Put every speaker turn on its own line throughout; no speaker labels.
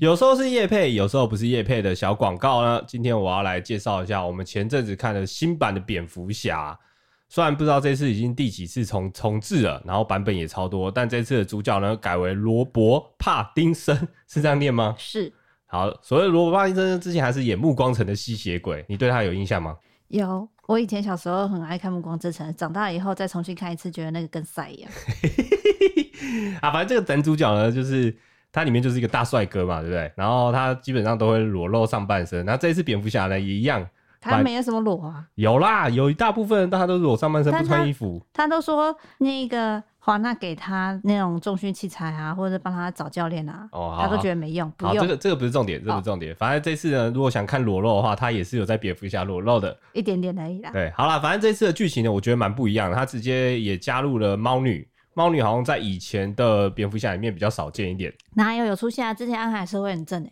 有时候是叶配，有时候不是叶配的小广告呢。今天我要来介绍一下我们前阵子看的新版的蝙蝠侠。虽然不知道这次已经第几次重 重置了，然后版本也超多，但这次的主角呢改为罗伯·帕丁森，是这样念吗？
是
好，所谓罗伯·帕丁森之前还是演《暮光城》的吸血鬼，你对他有印象吗？
有。我以前小时候很爱看《暮光之城》，长大以后再重新看一次，觉得那个跟赛一 样。
啊，反正这个男主角呢，就是他里面就是一个大帅哥嘛，对不对？然后他基本上都会裸露上半身，然后这一次蝙蝠侠呢也一样，
他没有什么裸啊，
有啦，有一大部分人他都是裸上半身
但
不
他
穿衣服，
他都说那个华纳给他那种重训器材啊，或者帮他找教练啊，
哦好
他都
好
觉得没用，不
好，
用、
这个这个不是重点，这个不是重点。反正这次呢，如果想看裸露的话，他也是有在蝙蝠侠裸露的。
一点点而已啦。
对，好啦，反正这次的剧情呢，我觉得蛮不一样的。他直接也加入了猫女，猫女好像在以前的蝙蝠侠里面比较少见一点
哪有有出现啊？之前安海社会很正哎、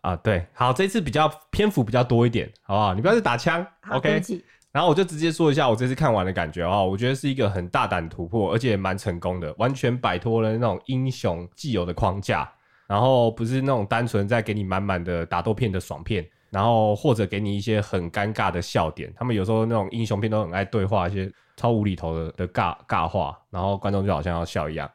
啊。对，好，这次比较篇幅比较多一点，好不好？你不要去打枪
好对
，OK
不。起，
然后我就直接说一下我这次看完的感觉啊、我觉得是一个很大胆突破，而且蛮成功的，完全摆脱了那种英雄既有的框架，然后不是那种单纯在给你满满的打斗片的爽片，然后或者给你一些很尴尬的笑点。他们有时候那种英雄片都很爱对话一些超无厘头的的尬尬话，然后观众就好像要笑一样。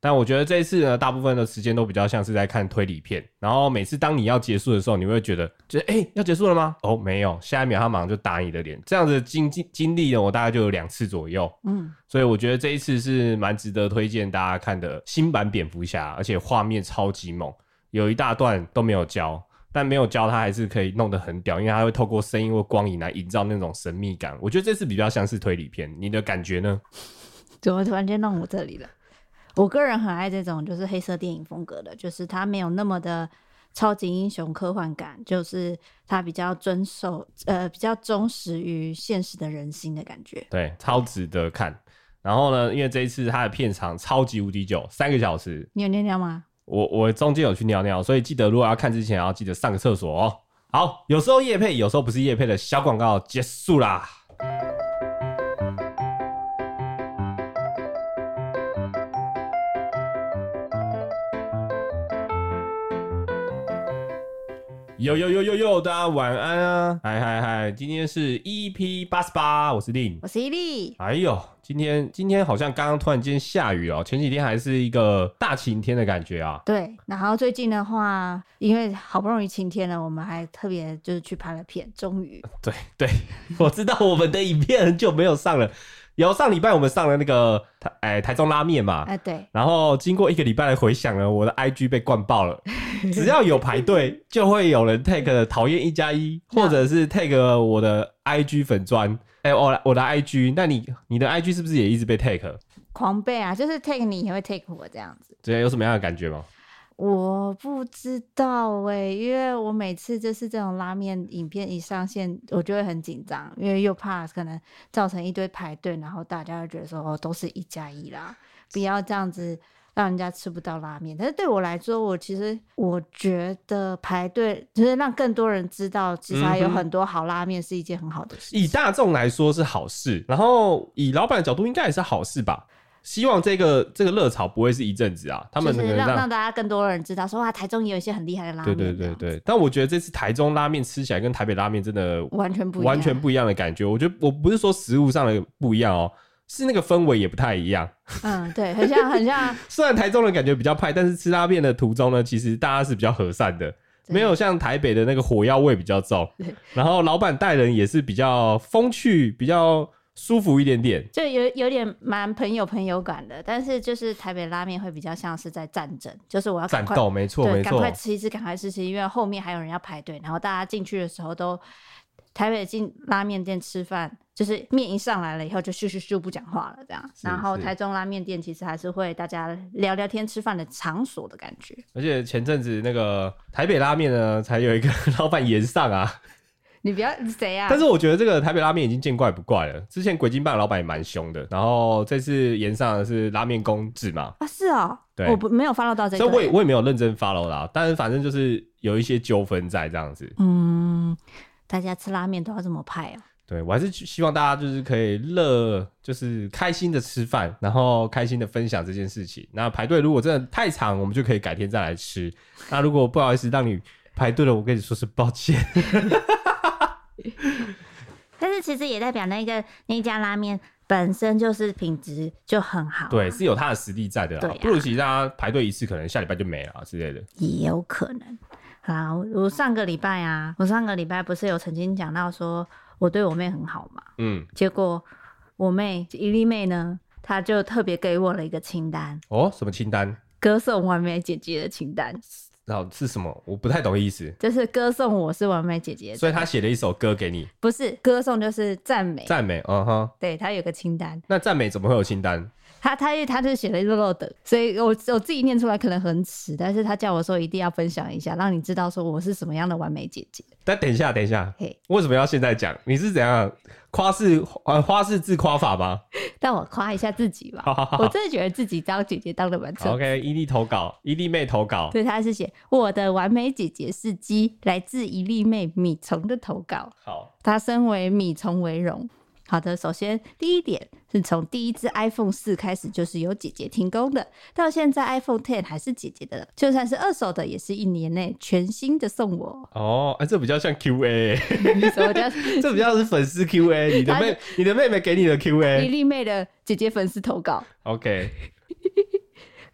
但我觉得这一次呢，大部分的时间都比较像是在看推理片，然后每次当你要结束的时候，你会觉得就是哎、诶要结束了吗？哦，没有，下一秒他马上就打你的脸，这样子经经经历了我大概就有两次左右，
嗯，
所以我觉得这一次是蛮值得推荐大家看的新版蝙蝠侠，而且画面超级猛，有一大段都没有教，但没有教他还是可以弄得很屌，因为他会透过声音或光影来营造那种神秘感。我觉得这次比较像是推理片，你的感觉呢？
怎么突然间弄我这里了？我个人很爱这种就是黑色电影风格的，就是它没有那么的超级英雄科幻感，就是它比较遵守呃比较忠实于现实的人心的感觉。
对，超值得看。然后呢，因为这一次它的片长超级无敌久，三个小时，
你有尿尿吗？
我我中间有去尿尿，所以记得如果要看之前要记得上个厕所哦。好，有时候夜配，有时候不是夜配的小广告结束啦。有有有有有，大家晚安啊！嗨嗨嗨，今天是 EP 八十八，我是令，
我是伊利，
哎呦，今天今天好像刚刚突然间下雨哦，前几天还是一个大晴天的感觉啊。
对，然后最近的话，因为好不容易晴天了，我们还特别就是去拍了片，终于
对对， 我知道我们的影片很久没有上了，有上礼拜我们上了那个台哎台中拉面嘛，
哎、对，
然后经过一个礼拜的回想呢，我的 IG 被灌爆了，只要有排队就会有人 tag 讨厌一加一，或者是 tag 我的 IG 粉砖，哎、我的我的 IG，那你你的 IG 是不是也一直被 tag？
狂背啊，就是 take 你也会 take 我这样子。
这有什么样的感觉吗？
我不知道哎、因为我每次就是这种拉面影片一上线，我就会很紧张，因为又怕可能造成一堆排队，然后大家会觉得说哦，都是一加一啦，不要这样子让人家吃不到拉面。但是对我来说，我其实我觉得排队就是让更多人知道，其实还有
嗯哼
很多好拉面是一件很好的事。
以大众来说是好事，然后以老板的角度应该也是好事吧。希望这个这个热潮不会是一阵子啊，他们
就
能
是
够
让
让
让大家更多人知道说哇，台中也有一些很厉害的拉
对
面，
对
这
对
样
对。但我觉得这次台中拉面吃起来跟台北拉面真的
完全不一样，
完全不一样的感觉。我觉得我不是说食物上的不一样哦，是那个氛围也不太一样。
嗯，对，很像很像。
虽然台中人感觉比较派，但是吃拉面的途中呢，其实大家是比较和善的。
真的
没有像台北的那个火药味比较重
对，
然后老板带人也是比较风趣、比较舒服一点点。
就有有点蛮朋友朋友感的，但是就是台北拉面会比较像是在战争，就是我要啊赶
战
快
斗，没错
对，
没
赶
错
快。吃一吃，赶快吃吃，因为后面还有人要排队，然后大家进去的时候都台北进拉面店吃饭，就是面一上来了以后就咻咻咻不讲话了这样，
是
然后
是
台中拉面店其实还是会大家聊聊天吃饭的场所的感觉，
而且前阵子那个台北拉面呢，才有一个 老板延上啊。
你不要谁啊？
但是我觉得这个台北拉面已经见怪不怪了。之前鬼金棒老板也蛮凶的，然后这次延上的是拉面公子嘛，
啊是哦，
对
我不没有 follow 到这
所以我也
个，
我也没有认真 follow 啦。但是反正就是有一些纠纷在这样子。
嗯，大家吃拉面都要这么派哦。
对我还是希望大家就是可以乐，就是开心的吃饭，然后开心的分享这件事情。那排队如果真的太长，我们就可以改天再来吃。那如果不好意思让你排队了，我跟你说声抱歉。
但是其实也代表那个那家拉面本身就是品质就很好、
对，，是有它的实力在的
对
啦
啊。
不如其实大家排队一次，可能下礼拜就没了啊之类的。
也有可能。啊，我我上个礼拜啊，我上个礼拜不是有曾经讲到说我对我妹很好嘛，
嗯，
结果我妹一粒妹呢，她就特别给我了一个清单，
哦，什么清单？
歌颂完美姐姐的清单，
然后是什么？我不太懂意思。
就是歌颂我是完美姐姐，
所以他写了一首歌给你
不是歌颂就是赞美。
赞美，嗯哼。
对她有个清单，
那赞美怎么会有清单？
她她她就写了肉肉的，所以我我自己念出来可能很迟，但是她叫我说一定要分享一下，让你知道说我是什么样的完美姐姐。
但等一下，等一下，
嘿，
为什么要现在讲？你是怎样夸饰呃花式自夸法吗？
但我夸一下自己吧，
好好好
我真的觉得自己当姐姐当的蛮
好
成功。
，OK，伊利投稿，伊利妹投稿，
对，她是写我的完美姐姐是鸡，来自一粒妹米虫的投稿。
好，
他身为米虫为荣。好的，首先第一点是从第一只 iPhone 四开始就是由姐姐提供的，到现在 iPhone Ten 还是姐姐的，就算是二手的，也是一年内全新的送我。
哦，哎、这比较像 Q&A，
所以我叫
这比较是粉丝 Q&A，你的
他
妹，你的妹妹给你的
伊
Q&A，OK，、
利妹的姐姐粉丝投稿。
OK，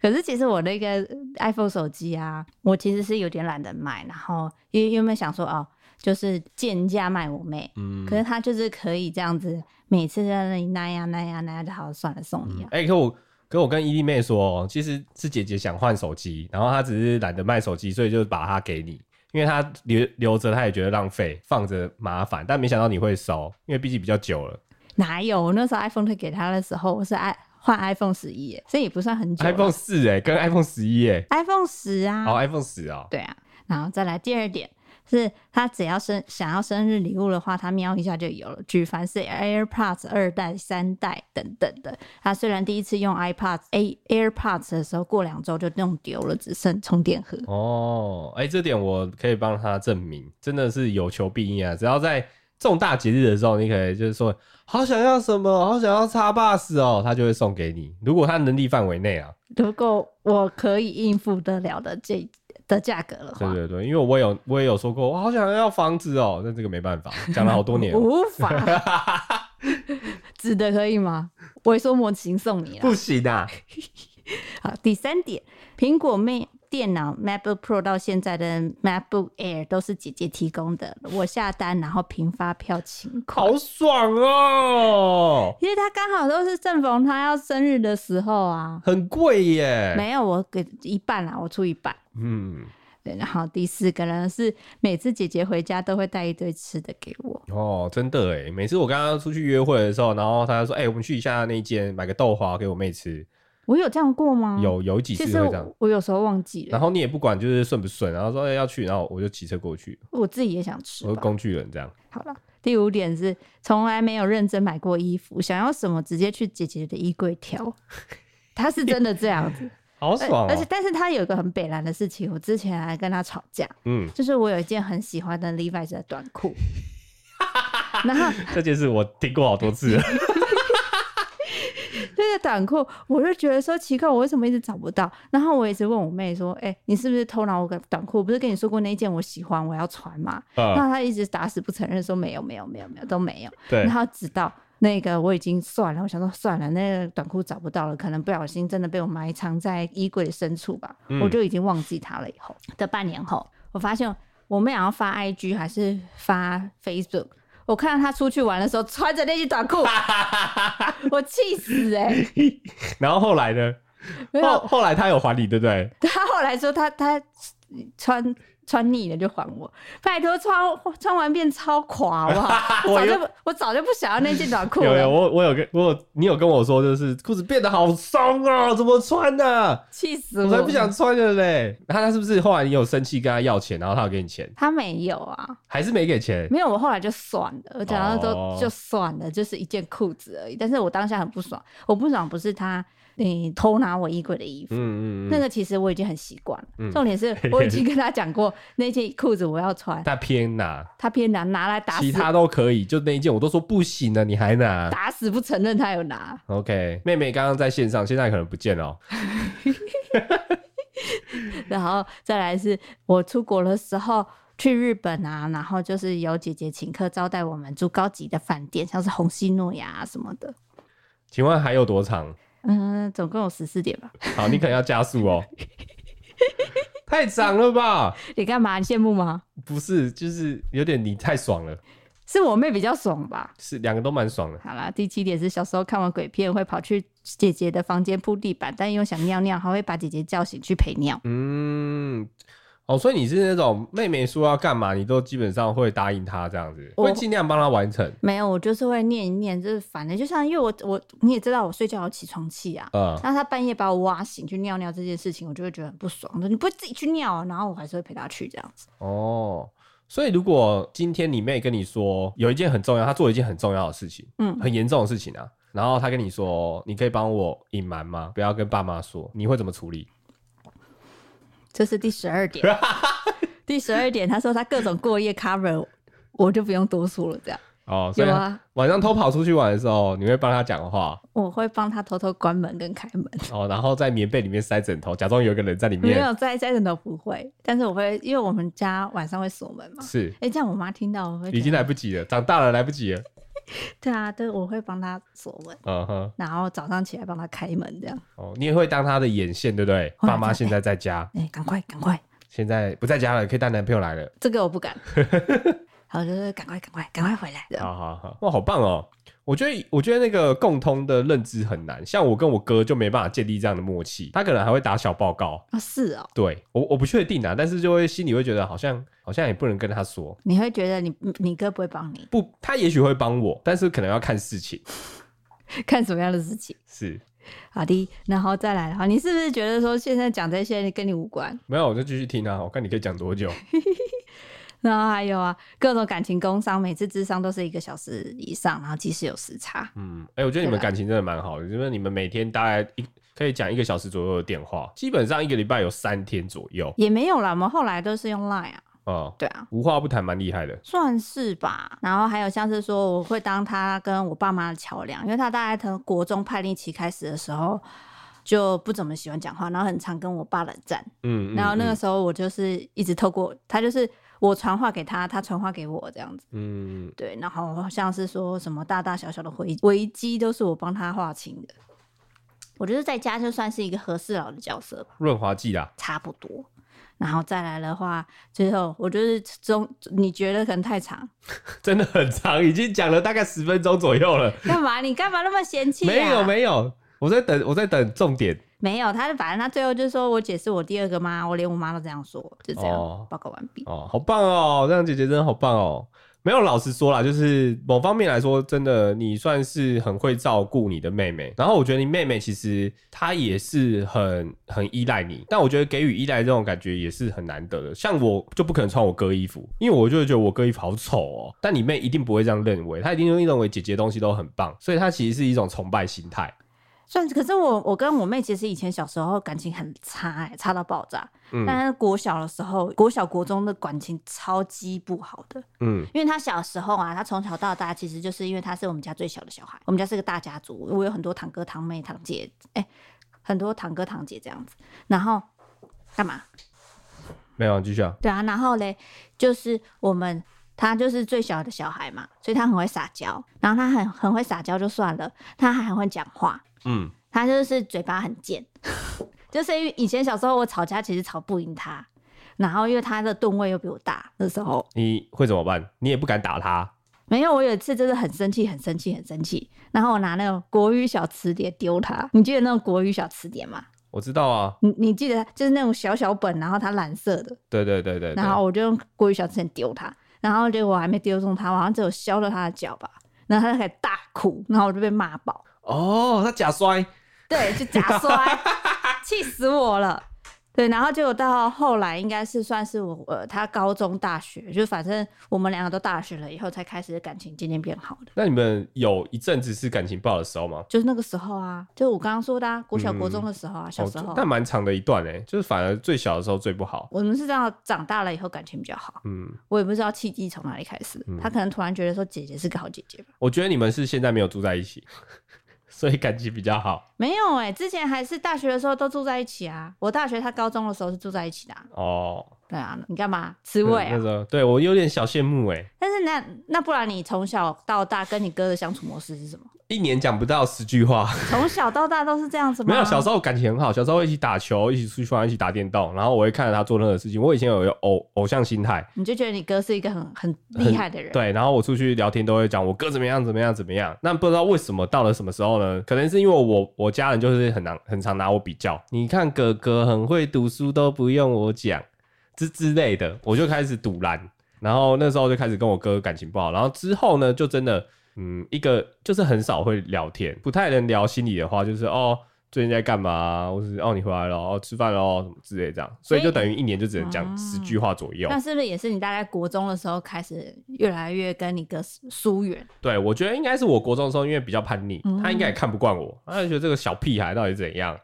可是其实我那个 iPhone 手机啊，我其实是有点懒得买，然后因因为想说哦，就是贱价卖我妹，
嗯
可是她就是可以这样子，每次在那里那呀那呀那呀，就好算了送你啊。
哎、可我可我跟伊利妹说哦，其实是姐姐想换手机，然后她只是懒得卖手机，所以就把它给你，因为她留留着，她也觉得浪费，放着麻烦，但没想到你会收，因为毕竟比较久了
哪有？我那时候 iPhone 推给他的时候，我是 i 换 iPhone 十一耶，所以也不算很久了。啊
，iPhone 四哎、跟 iPhone 十一哎，
iPhone 十啊，
哦 iPhone 十哦，
对啊。然后再来第二点是，他只要生想要生日礼物的话，他瞄一下就有了。举凡是 AirPods 二代、三代等等的。他虽然第一次用 iPods A AirPods 的时候，过两周就弄丢了，只剩充电盒。
哦，哎、这点我可以帮他证明，真的是有求必应啊！只要在重大节日的时候，你可以就是说，好想要什么，好想要叉 bus 哦，他就会送给你。如果他能力范围内啊，
如果我可以应付得了的这的价格的
对
话，
对对，因为我有我也有说过，我好想要房子哦，但这个没办法，讲了好多年哦，
无法， 指的可以吗？我说模型送你了。
不行 啊！
好，第三点，苹果妹电脑 MacBook Pro 到现在的 MacBook Air 都是姐姐提供的，我下单然后凭发票请款。
好爽哦，
因为她刚好都是正逢她要生日的时候啊，
很贵耶，
没有我给一半啦，我出一半。
嗯，
对，然后第四个呢是每次姐姐回家都会带一堆吃的给我，
哦，真的哎，每次我刚刚出去约会的时候，然后他就说，哎、我们去一下那间买个豆花给我妹吃，
我有这样过吗？，
有有几次
嗯其
会
实
这样。
我我有时候忘记
然
了，
后你也不管就是顺不顺，然后说、哎要去，然后我就骑车过去，
我自己也想吃
我是
吧。
工具人这样。
好了，第五点是从来没有认真买过衣服，想要什么直接去姐姐的衣柜挑。 他是真的这样子，
好爽、哦！
而且但是他有一个很北蓝的事情，我之前还跟他吵架，
嗯，
就是我有一件很喜欢的 Levi's 的短裤， 然后
这件事我听过好多 次了。
那个短裤我就觉得说奇怪，我为什么一直找不到？然后我一直问我妹说，哎、你是不是偷拿我的短裤？我不是跟你说过那一件我喜欢，我要穿吗？
嗯，
那她一直打死不承认，说没有没有没有没有都没有。
对
然，后直到那个我已经算了，我想说算了，那个短裤找不到了，可能不小心真的被我埋藏在衣柜深处吧，
嗯
我就已经忘记它了。以后的半年后，我发现我们想要发 IG 还是发 Facebook，我看到他出去玩的时候穿着那件 短裤，我气死哎、欸！
然后后来呢？
没有
后后来他有还你，对不对？
他后来说他他穿。穿腻了就还我，拜托穿穿完变超垮好不 好？我
我
早
有
就不我早就不想要那件短裤
有
了。
有，我我有跟我有你有跟我说，就是裤子变得好松哦，怎么穿呢、
气死
我
我！
才不想穿了嘞。那他是不是后来你有生气跟他要钱，然后他有给你钱，
他没有啊，
还是没给钱？
没有，我后来就算了，我讲到都
哦
就算了，就是一件裤子而已。但是我当下很不爽，我不爽不是他你偷拿我衣柜的衣服。
嗯嗯
那
嗯，
个其实我已经很习惯了，
嗯
重点是我已经跟他讲过那件裤子我要穿，
但偏拿，
他偏拿拿来打
其
死，
他都可以，就那一件我都说不行了，你还拿
打死不承认他有拿。
？OK，妹妹刚刚在线上，现在可能不见了哦。
然后再来是我出国的时候去日本啊，然后就是有姐姐请客招待我们住高级的饭店，像是红西诺亚、啊、什么的。
请问还有多长？
嗯，总共有十四点吧。
好，你可能要加速哦。太长了吧？
你干嘛？你羡慕吗？
不是，就是有点你太爽了，
是我妹比较爽吧。
是两个都蛮爽的。
好啦，第七点是小时候看完鬼片会跑去姐姐的房间铺地板，但又想尿尿，还会把姐姐叫醒去陪尿。
嗯，哦，所以你是那种妹妹说要干嘛，你都基本上会答应她这样子，
我
会尽量帮她完成。
没有，我就是会念一念，就是反正就像因为我我你也知道我睡觉有起床气啊，
嗯，
然后他半夜把我挖醒去尿尿这件事情，我就会觉得很不爽，我说你不会自己去尿啊，然后我还是会陪他去这样子。
哦，所以如果今天你妹跟你说有一件很重要，她做了一件很重要的事情，
嗯，
很严重的事情啊，然后她跟你说，你可以帮我隐瞒吗？不要跟爸妈说，你会怎么处理？
这是第十二点。 第十二点，他说他各种过夜 cover，我就不用多说了，这样
哦，所以
有啊
晚上偷跑出去玩的时候，你会帮她讲话，
我会帮他偷偷关门跟开门。
哦，然后在棉被里面塞枕头，假装有一个人在里
没
面，
有在在人都不会，但是我会，因为我们家晚上会锁门嘛。
是
哎、这样我妈听到我会
已
觉
经
得
来不及了，长大了来不及了，
对啊，对，我会帮她锁门，
嗯哼。
然后早上起来帮她开门，这样。
哦，你也会当他的眼线，对不对？
会
爸妈现在在家，
哎、赶快赶快，
现在不在家了，可以带男朋友来了。
这个我不敢。好，就是赶快赶快赶快回来这样。
好好好，哇，好棒哦！我觉得，我觉得那个共通的认知很难，像我跟我哥就没办法建立这样的默契，他可能还会打小报告。
哦，是哦，
对我，我不确定啊，但是就会心里会觉得好像好像也不能跟他说，
你会觉得你你哥不会帮你
不，他也许会帮我，但是可能要看事情。
看什么样的事情。
是，
好的，然后再来的话，你是不是觉得说现在讲这些跟你无关？
没有我就继续听啊，我看你可以讲多久。
然后还有啊，各种感情工伤，每次智商都是一个小时以上，然后即使有时差，
嗯，哎、我觉得你
对
们
吧
感情真的蛮好的，因为你们每天大概一可以讲一个小时左右的电话，基本上一个礼拜有三天左右。
也没有啦。我们后来都是用 Line 啊，
哦、
对啊，
无话不谈，蛮厉害的。
算是吧。然后还有像是说，我会当他跟我爸妈的桥梁，因为他大概从国中叛逆期开始的时候。就不怎么喜欢讲话，然后很常跟我爸冷战。
嗯，嗯
然后那个
嗯
时候我就是一直透过他，就是我传话给他，他传话给我这样子。
嗯，
对，然后像是说什么大大小小的危危机都是我帮他划清的。我觉得在家就算是一个和事佬的角色吧，
润滑剂啦，
差不多。然后再来的话，最后我就是中，你觉得可能太长，
真的很长，已经讲了大概十分钟左右了。
干嘛？你干嘛那么嫌弃、啊？
没有，没有，我在等，我在等重点。
没有，他就反正他最后就说我姐是我第二个妈，我连我妈都这样说，就这样。
哦
报告完毕。
哦，好棒哦，让姐姐真的好棒哦。没有，老实说啦，就是某方面来说，真的你算是很会照顾你的妹妹。然后我觉得你妹妹其实她也是很很依赖你，但我觉得给予依赖这种感觉也是很难得的。像我就不可能穿我哥衣服，因为我就会觉得我哥衣服好丑哦。但你妹一定不会这样认为，她一定会认为姐姐的东西都很棒，所以她其实是一种崇拜心态。
算是，可是我我跟我妹其实以前小时候感情很差、欸，差到爆炸。
嗯
但是国小的时候，国小国中的感情超级不好的，
嗯
因为她小时候啊，她从小到大其实就是因为她是我们家最小的小孩，我们家是个大家族，我有很多堂哥堂妹堂姐，哎、很多堂哥堂姐这样子。然后干嘛？
没有，继续啊。
对啊，然后嘞，就是我们他就是最小的小孩嘛，所以他很会撒娇，然后他很很会撒娇就算了，他还很会讲话，
嗯，
他就是嘴巴很贱， 就是因为以前小时候我吵架其实吵不赢他，然后因为他的吨位又比我大，那时候
你会怎么办？你也不敢打她。
没有，我有一次真的很生气，很生气，很生气，然后我拿那种国语小词典丢他，你记得那种国语小词典吗？
我知道啊，
你你记得就是那种小小本，然后它蓝色的，
对对对对对。
然后我就用国语小词典丢他，然后结果我还没丢中他，我好像只有削了他的脚吧，然后他就开始大哭，然后我就被骂爆，
哦，他假摔，
对，就假摔，气死我了。对，然后结果到后来应该是算是我呃，他高中、大学，就反正我们两个都大学了以后，才开始感情渐渐变好的。
那你们有一阵子是感情不好的时候吗？
就是那个时候啊，就我刚刚说的啊，国小、
嗯
国中的时候啊，小时候，
哦那蛮长的一段哎、就是反而最小的时候最不好。
我们是这样，长大了以后感情比较好。
嗯，
我也不知道契机从哪里开始，他可能突然觉得说姐姐是个好姐姐吧。
我觉得你们是现在没有住在一起， 所以感情比较好
没有哎、之前还是大学的时候都住在一起啊。我大学他高中的时候是住在一起的、啊。
哦。
对啊，你干嘛吃味
那
啊？
时候对我有点小羡慕哎、
但是那那不然你从小到大跟你哥的相处模式是什么？
一年讲不到十句话。
从小到大都是这样子吗？
没有，小时候感情很好，小时候一起打球，一起出去玩，一起打电动，然后我会看着他做任何事情。我以前有一个偶偶像心态，
你就觉得你哥是一个很很厉害的人，
对，然后我出去聊天都会讲我哥怎么样怎么样怎么样。那不知道为什么到了什么时候呢？可能是因为我我家人就是很难很常拿我比较，你看哥哥很会读书都不用我讲之之类的，我就开始堵拦。然后那时候就开始跟我哥感情不好，然后之后呢就真的嗯一个就是很少会聊天，不太能聊心里的话，就是哦。最近在干嘛、或是哦你回来了，哦吃饭了，什么之类这样，所以就哦等于一年就只能讲十句话左右。
那是不是也是你大概国中的时候开始越来越跟你哥疏远？
对，我觉得应该是我国中的时候，因为比较叛逆，
嗯
他应该也看不惯我，他就觉得这个小屁孩到底怎样。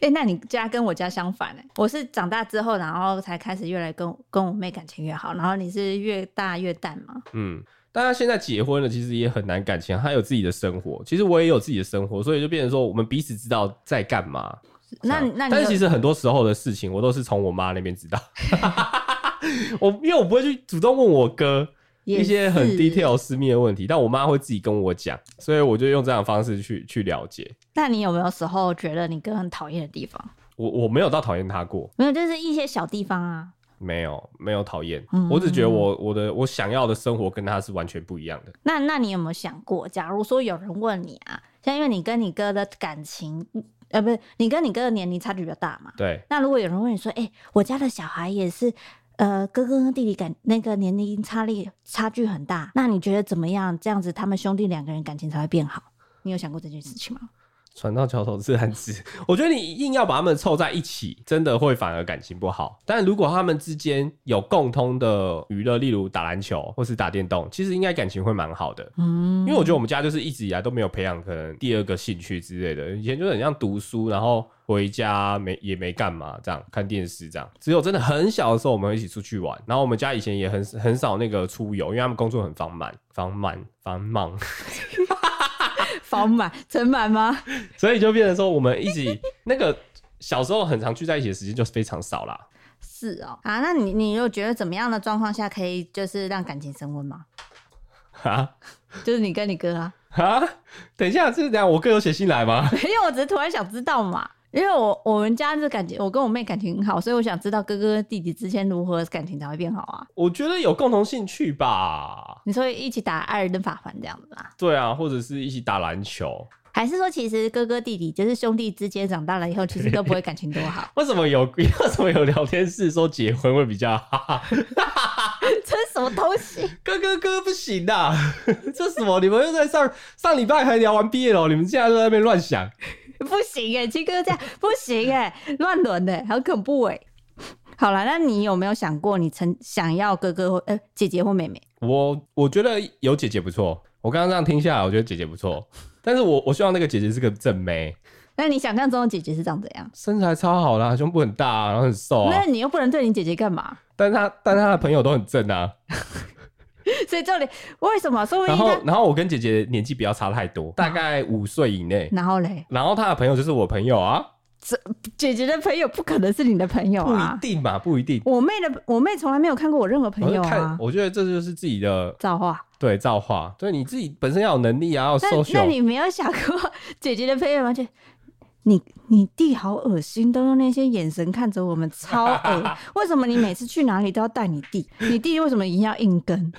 哎、那你家跟我家相反哎、我是长大之后，然后才开始越来跟我跟我妹感情越好，然后你是越大越淡嘛？
嗯，但他现在结婚了，其实也很难感情，他有自己的生活，其实我也有自己的生活，所以就变成说我们彼此知道在干嘛。
那
这样
那你
但是
有
其实很多时候的事情，我都是从我妈那边知道。 我因为我不会去主动问我哥
也
一些很
是
detail 私密的问题，但我妈会自己跟我讲，所以我就用这样的方式去去了解。
那你有没有时候觉得你哥很讨厌的地方？
我我没有到讨厌他过，
没有，就是一些小地方啊。
没有，没有讨厌，
嗯
我只觉得我我的我想要的生活跟他是完全不一样的。
那那你有没有想过，假如说有人问你啊，像因为你跟你哥的感情，呃，不是你跟你哥的年龄差距比较大嘛？
对，
那如果有人问你说，哎、我家的小孩也是，呃，哥哥跟弟弟感那个年龄差力差距很大，那你觉得怎么样？这样子他们兄弟两个人感情才会变好？你有想过这件事情吗？
船到桥头自然直。我觉得你硬要把他们凑在一起，真的会反而感情不好。但如果他们之间有共通的娱乐，例如打篮球或是打电动，其实应该感情会蛮好的。
嗯
因 为我觉得我们家就是一直以来都没有培养可能第二个兴趣之类的，以前就是很像读书，然后回家没也没干嘛，这样看电视这样。只有真的很小的时候，我们会一起出去玩，然后我们家以前也很很少那个出游，因为他们工作很繁忙，繁忙繁忙，
房满城满吗？
所以就变成说我们一起那个小时候很常聚在一起的时间就非常少啦。
是哦，啊，那你你有觉得怎么样的状况下可以就是让感情升温吗？
啊
就是你跟你哥啊，
啊！ 等一下，这是怎样？我哥有写信来吗？
因为我只是突然想知道嘛，因为我我们家就是感情，我跟我妹感情很好，所以我想知道哥哥跟弟弟之间如何感情才会变好啊。
我觉得有共同兴趣吧。
你说一起打艾尔登法环这样子吗？
对啊，或者是一起打篮球。，
还是说其实哥哥弟弟就是兄弟之间长大了以后，其实都不会感情多好
为什么有 为什么有聊天室说结婚会比较好？
这是什么东西？
哥哥哥不行啊！ 这什么？你们又在上上礼拜还聊完毕业了，你们现在都在那边乱想。
不行哎、七哥这样不行哎、乱伦哎，好恐怖哎、好了，那你有没有想过你曾想要哥哥或呃姐姐或妹妹？
我我觉得有姐姐不错，我刚刚这样听下来，我觉得姐姐不错。但是我我希望那个姐姐是个正妹，
那你想象中的姐姐是长怎样？
身材超好啦，胸部很大、啊，然后很瘦啊
那。你又不能对你姐姐干嘛？
但她但她的朋友都很正啊。
所以这里为什么？说不定
然后
他
然后我跟姐姐年纪不要差太多，大概五岁以内。
然后嘞，
然后她的朋友就是我朋友啊，
姐姐的朋友不可能是你的朋友
不
啊
一。定嘛，不一定。
我妹的我妹从来没有看过嗯我任何
我
朋
就
友
看，
啊。
我觉得这就是自己的
造化，
对造化，对你自己本身要有能力啊，要
那
social。
那你没有想过 姐姐的朋友吗？就你你弟好恶心，都用那些眼神看着我们，超 恶。为什么你每次去哪里都要带你 弟？你弟为什么一定要硬跟？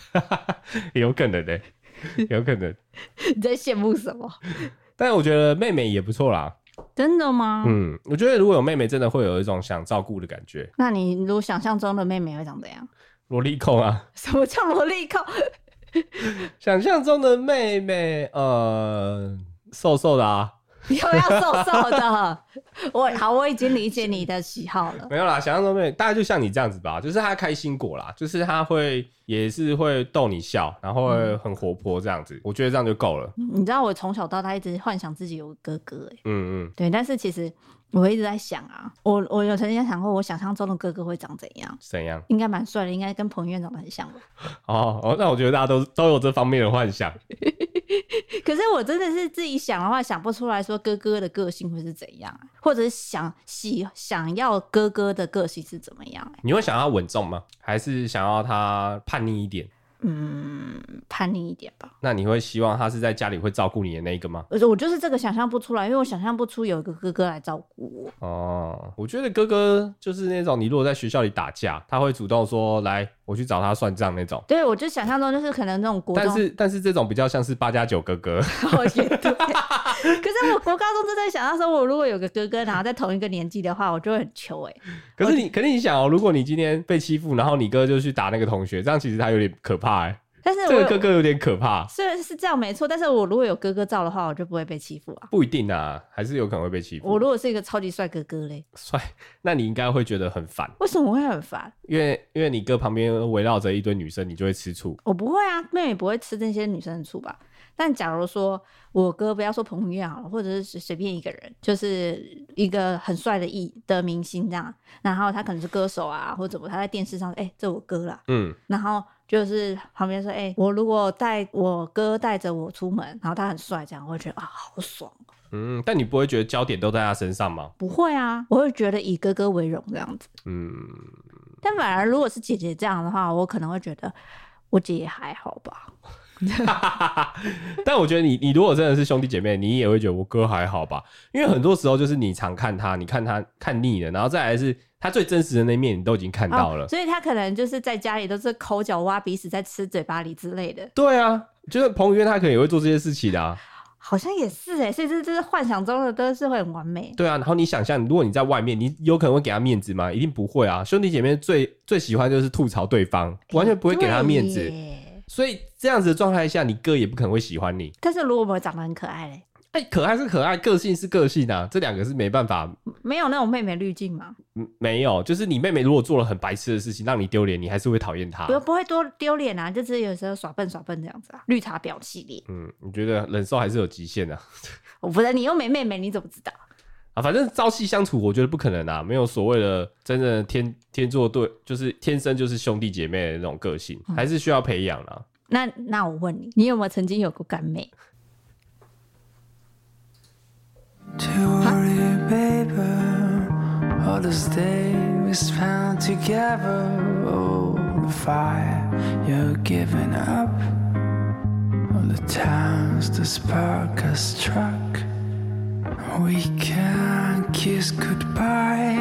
有可能的、 有可能。
你在羡慕什么？
但我觉得妹妹也不错啦。
真的吗？
嗯，我觉得如果有妹妹，真的会有一种想照顾的感觉，
那你如果想象中的妹妹会长怎样？
萝莉控啊。
什么叫萝莉控？
想象中的妹妹，呃，瘦瘦的啊，
你要不要瘦瘦的？我好，我已经理解你的喜好了。
没有啦，想象中的大概就像你这样子吧，就是他开心果啦，就是他会也是会逗你笑，然后
嗯
会很活泼这样子，我觉得这样就够了。
你知道我从小到大一直幻想自己有个哥哥、欸，
嗯嗯，
对，但是其实我一直在想啊，我我有曾经想过，我想象中的哥哥会长怎样？
怎样？
应该蛮帅的，应该跟彭于晏长得很像吧。
哦哦，那我觉得大家都都有这方面的幻想。
可是我真的是自己想的话，想不出来说哥哥的个性会是怎样、啊，或者是想喜想要哥哥的个性是怎么样、欸？
你会想要稳重吗？还是想要他叛逆一点？
嗯，叛逆一点吧。
那你会希望他是在家里会照顾你的那一个吗？
我就我就是这个想象不出来，因为我想象不出有一个哥哥来照顾我。
哦，我觉得哥哥就是那种你如果在学校里打架，他会主动说来我去找他算账那种。
对，我就想象中就是可能那种国
但
中，
是但是这种比较像是八加九哥哥，
我也对。 可是我国高中正在想象说，我如果有个哥哥，然后在同一个年纪的话，我就会很糗哎、
可是你可是你想哦，如果你今天被欺负，然后你哥就去打那个同学，这样其实他有点可怕哎、
但是我
这
有
个哥哥有点可怕，
虽然是这样没错，但是我如果有哥哥罩的话，我就不会被欺负啊。
不一定啊，还是有可能会被欺
我
负。
如果是一个超级帅哥哥嘞，
帅，那你应该会觉得很烦，
为什么我会很烦？
因为因为你哥旁边围绕着一堆女生，你就会吃醋。
我不会啊，妹妹不会吃这些女生的醋吧？但假如说我哥不要说彭于晏好了，或者是随随便一个人，就是一个很帅的艺的明星这样，然后他可能是歌手啊，或者我他在电视上，哎、这我哥啦，
嗯，
然后就是旁边说，哎、我如果带我哥带着我出门，然后他很帅，这样我会觉得啊，好爽哦。
嗯，但你不会觉得焦点都在他身上吗？
不会啊，我会觉得以哥哥为荣这样子。
嗯，
但反而如果是姐姐这样的话，我可能会觉得我姐也还好吧。
但我觉得你，你如果真的是兄弟姐妹，你也会觉得我哥还好吧？因为很多时候就是你常看他，你看他看腻了，然后再来是他最真实的那一面，你都已经看到了。
哦，所以他可能就是在家里都是抠脚、挖鼻屎、在吃嘴巴里之类的，
对啊，就是彭于晏他可能也会做这些事情的、啊。
好像也是哎、所以这这是幻想中的都是会很完美。
对啊，然后你想象，如果你在外面，你有可能会给他面子吗？一定不会啊！兄弟姐妹最最喜欢就是吐槽对方，完全不会给他面子
哎对。耶
所以这样子的状态下，你哥也不可能会喜欢你。
但是如果我们长得很可爱嘞，
哎、可爱是可爱，个性是个性啊，这两个是没办法
没有那种妹妹滤镜嘛，
嗯，没有，就是你妹妹如果做了很白痴的事情，让你丢脸，你还是会讨厌她
不、。不会多丢脸啊，就只是有时候耍笨耍笨这样子啊。绿茶婊系列，
嗯，我觉得忍受还是有极限的啊
我不是你又没妹妹，你怎么知道？
啊。反正朝夕相处，我觉得不可能啊，没有所谓的真正的天天作对，就是天生就是兄弟姐妹的那种个性，还是需要培养啦。
那那我问你，你有没有曾经有过干妹？
To worry, paper, all this day we spent together. Oh, the fire you're giving up. All the times the spark has struck. We can kiss goodbye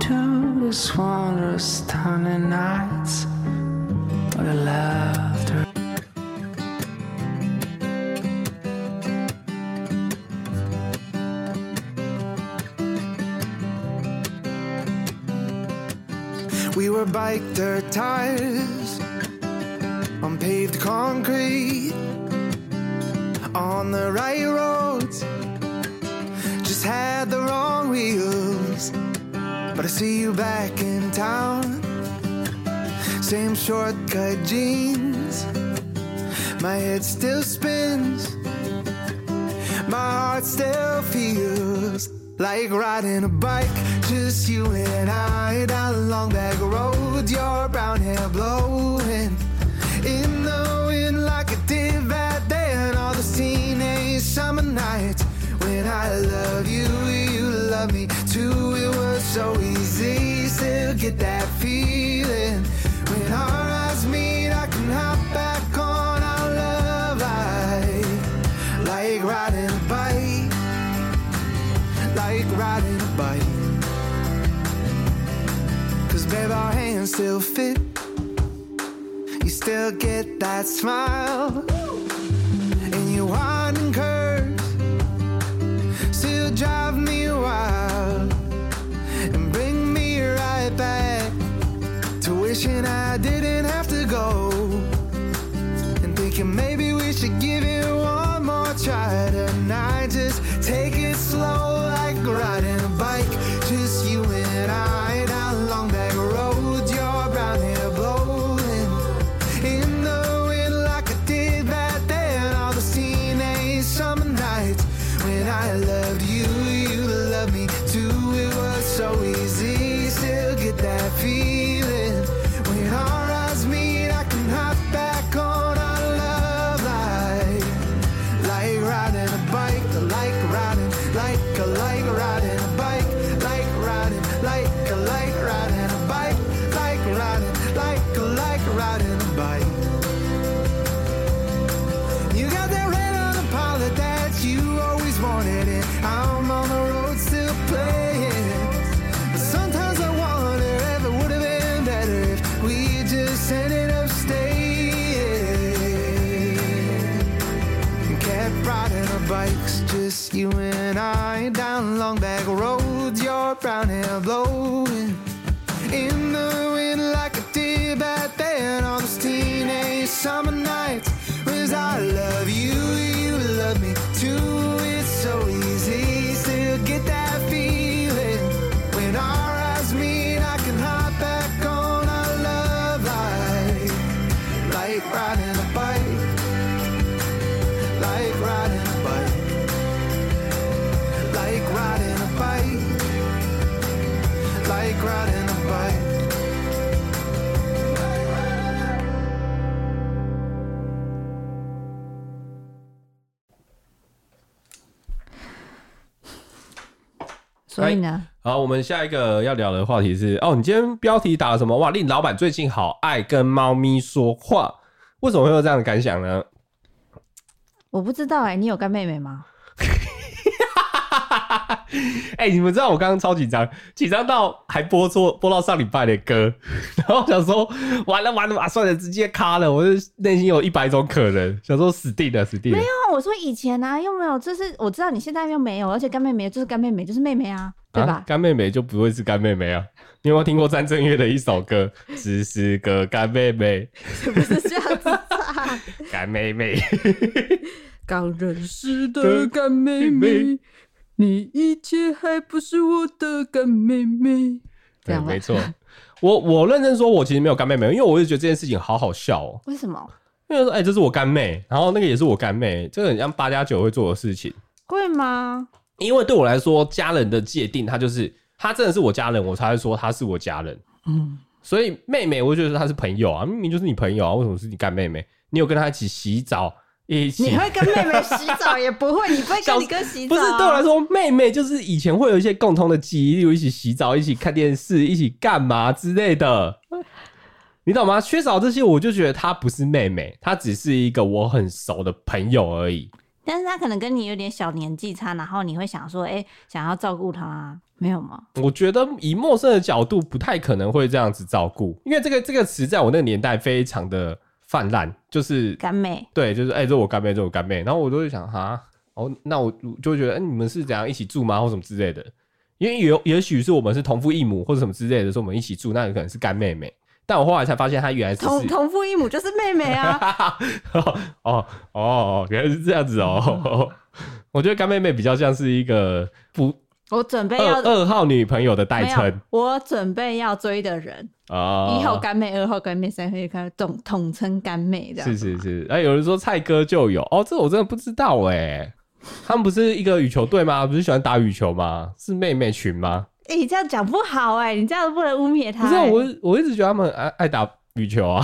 to this wondrous stunning nights. All the laughter.
We were bike dirt tires on paved concrete on the right roads. Just had the wrong wheels, but I see you back in town. Same shortcut jeans, my head still spins, my heart still feels like riding a bike. Just you and I down a long back road, your brown hair blowing in the wind like it did back then. All those teenage summer nights when I love you, you love me too. It was so easy, still get that feeling when our eyes meet. I can hop back on our love life, like riding a bike like riding a bike. Cause babe, our hands still fit. You still get that smile. And you wind and curves. Still drive me wild. And bring me right back to wishing I didn't have to go and thinking maybe we should give it one more try tonight. Just take it You and I down long back roads, your brown hair blowing in the wind like a deer back then on those teenage summer nights. Was I love you, you love me too. It's so easy, still get that feeling when our eyes meet. I can hop back on our love life, like riding a bike, like riding a bike, like riding a bike, like riding a bike.
所以呢，
好，我们下一个要聊的话题是哦，你今天标题打了什么？哇，令老板最近好爱跟猫咪说话，为什么会有这样的感想呢？
我不知道哎、你有干妹妹吗？
哎、你们知道我刚刚超紧张，紧张到还播错播到上礼拜的歌， 然后想说完了完了啊，算了，直接卡了。我是内心有一百种可能，想说死定了，死定了。
那我说以前啊，又没有，就是我知道你现在又没有，而且干妹妹就是干妹妹，就是妹妹啊，对
啊
吧？
干妹妹就不会是干妹妹啊！你有没有听过张震岳的一首歌《只是个干妹妹
不是这样子啊，》？
干妹妹，
刚认识
是的干妹妹，你一切还不是我的干妹妹。
这
对，
样吧啊
没错。 我我认真说，我其实没有干妹妹，因为我就觉得这件事情好好笑哦、
为什么
因为说，哎、这是我干妹，然后那个也是我干妹，这个很像八加九会做的事情。
会吗？
因为对我来说，家人的界定，他就是他真的是我家人，我才会说他是我家人。
嗯，
所以妹妹，我就觉得她是朋友啊，明明就是你朋友啊，为什么是你干妹妹？你有跟她一起洗澡，一起
你会跟妹妹洗澡也不 会，你不会跟你哥洗澡
不
啊、
是对我来说，妹妹就是以前会有一些共同的记忆，例如一起洗澡、一起看电视、一起干嘛之类的，你懂吗？缺少这些，我就觉得她不是妹妹，她只是一个我很熟的朋友而已。
但是他可能跟你有点小年纪差，然后你会想说，哎、想要照顾他、没有吗？
我觉得以陌生的角度，不太可能会这样子照顾，因为这个这个词在我那个年代非常的泛滥，就是
干妹，
对，就是哎、这我干妹，这我干妹，然后我都会想哈，哦，那我就会觉得，哎、你们是怎样一起住吗，或什么之类的？因为有也许是我们是同父异母或者什么之类的，说我们一起住，那有可能是干妹妹。但我后来才发现，她原来只
同
是
同父异母就是妹妹啊。
哦 哦哦，原来是这样子哦。
嗯
我觉得干妹妹比较像是一个不
我准备
二
哎要
二号女朋友的代
没有
称，
我准备要追的人，
啊。
一号干妹、二号干妹、三号干妹，统统称干妹这样。
是是是，哎、有人说蔡哥就有哦，这我真的不知道哎、他们不是一个羽球队吗？不是喜欢打羽球吗？是妹妹群吗？
哎、你这样讲不好哎、你这样不能污蔑他、
不是啊、
哎
我我一直觉得他们爱爱打羽球啊。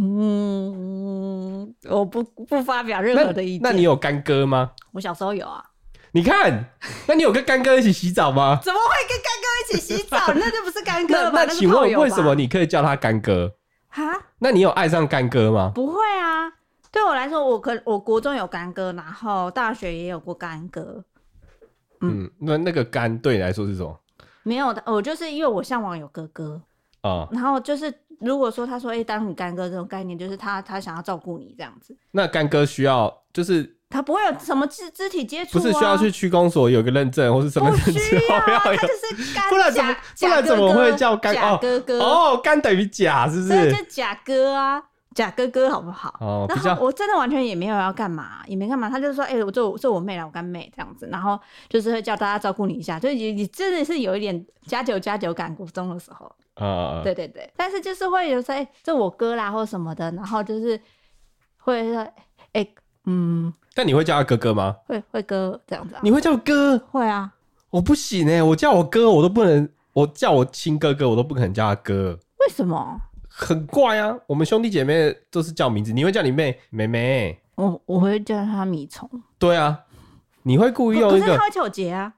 嗯，我不不发表任
那
何的意见。
那你有干哥吗？
我小时候有啊，
你看，那你有跟干哥一起洗澡吗？
怎么会跟干哥一起洗澡？那就不是干哥
那
了吧？
那
那是
请
炮
问
友
为
吧
什么你可以叫他干哥？
哈？
那你有爱上干哥吗？
不会啊，对我来说，我可我国中有干哥，然后大学也有过干哥，嗯
嗯，那那个干对你来说是什么？
没有的。我就是因为我向往有哥哥，
啊、
然后就是如果说他说哎、当你干哥这种概念，就是他他想要照顾你这样子，
那干哥需要就是
他不会有什么肢肢体接
不
触、啊，
是需要去区公所有个认证或是身份
不
证
需
之后
要啊，
要
他
有
就？是 干
不然怎么
假
不然
假
怎么
哥哥
会叫干
假
哦
哥哥？
哦，干等于假是不？
这就是假哥啊，假哥哥好不好？
哦，比
然
较
后我真的完全也没有要干嘛，也没干嘛，他就说：“哎、我做我做我妹啦，我干妹这样子。”然后就是会叫大家照顾你一下，就是你你真的是有一点加九加九感，国中的时候，
呃，
对对对。但是就是会有说：“哎、这我哥啦，或什么的。”然后就是会说：“哎、嗯，
但你会叫他哥哥吗？
会会哥这样子、啊。”
你会叫哥？
会啊？
我不行哎、我叫我哥我都不能，我叫我亲哥哥我都不可能叫他哥，
为什么？
很怪啊。我们兄弟姐妹都是叫名字，你会叫你妹妹妹？
我我会叫他米虫，
对啊，你会故意
可
用
可
一
是
个
他会叫我杰啊。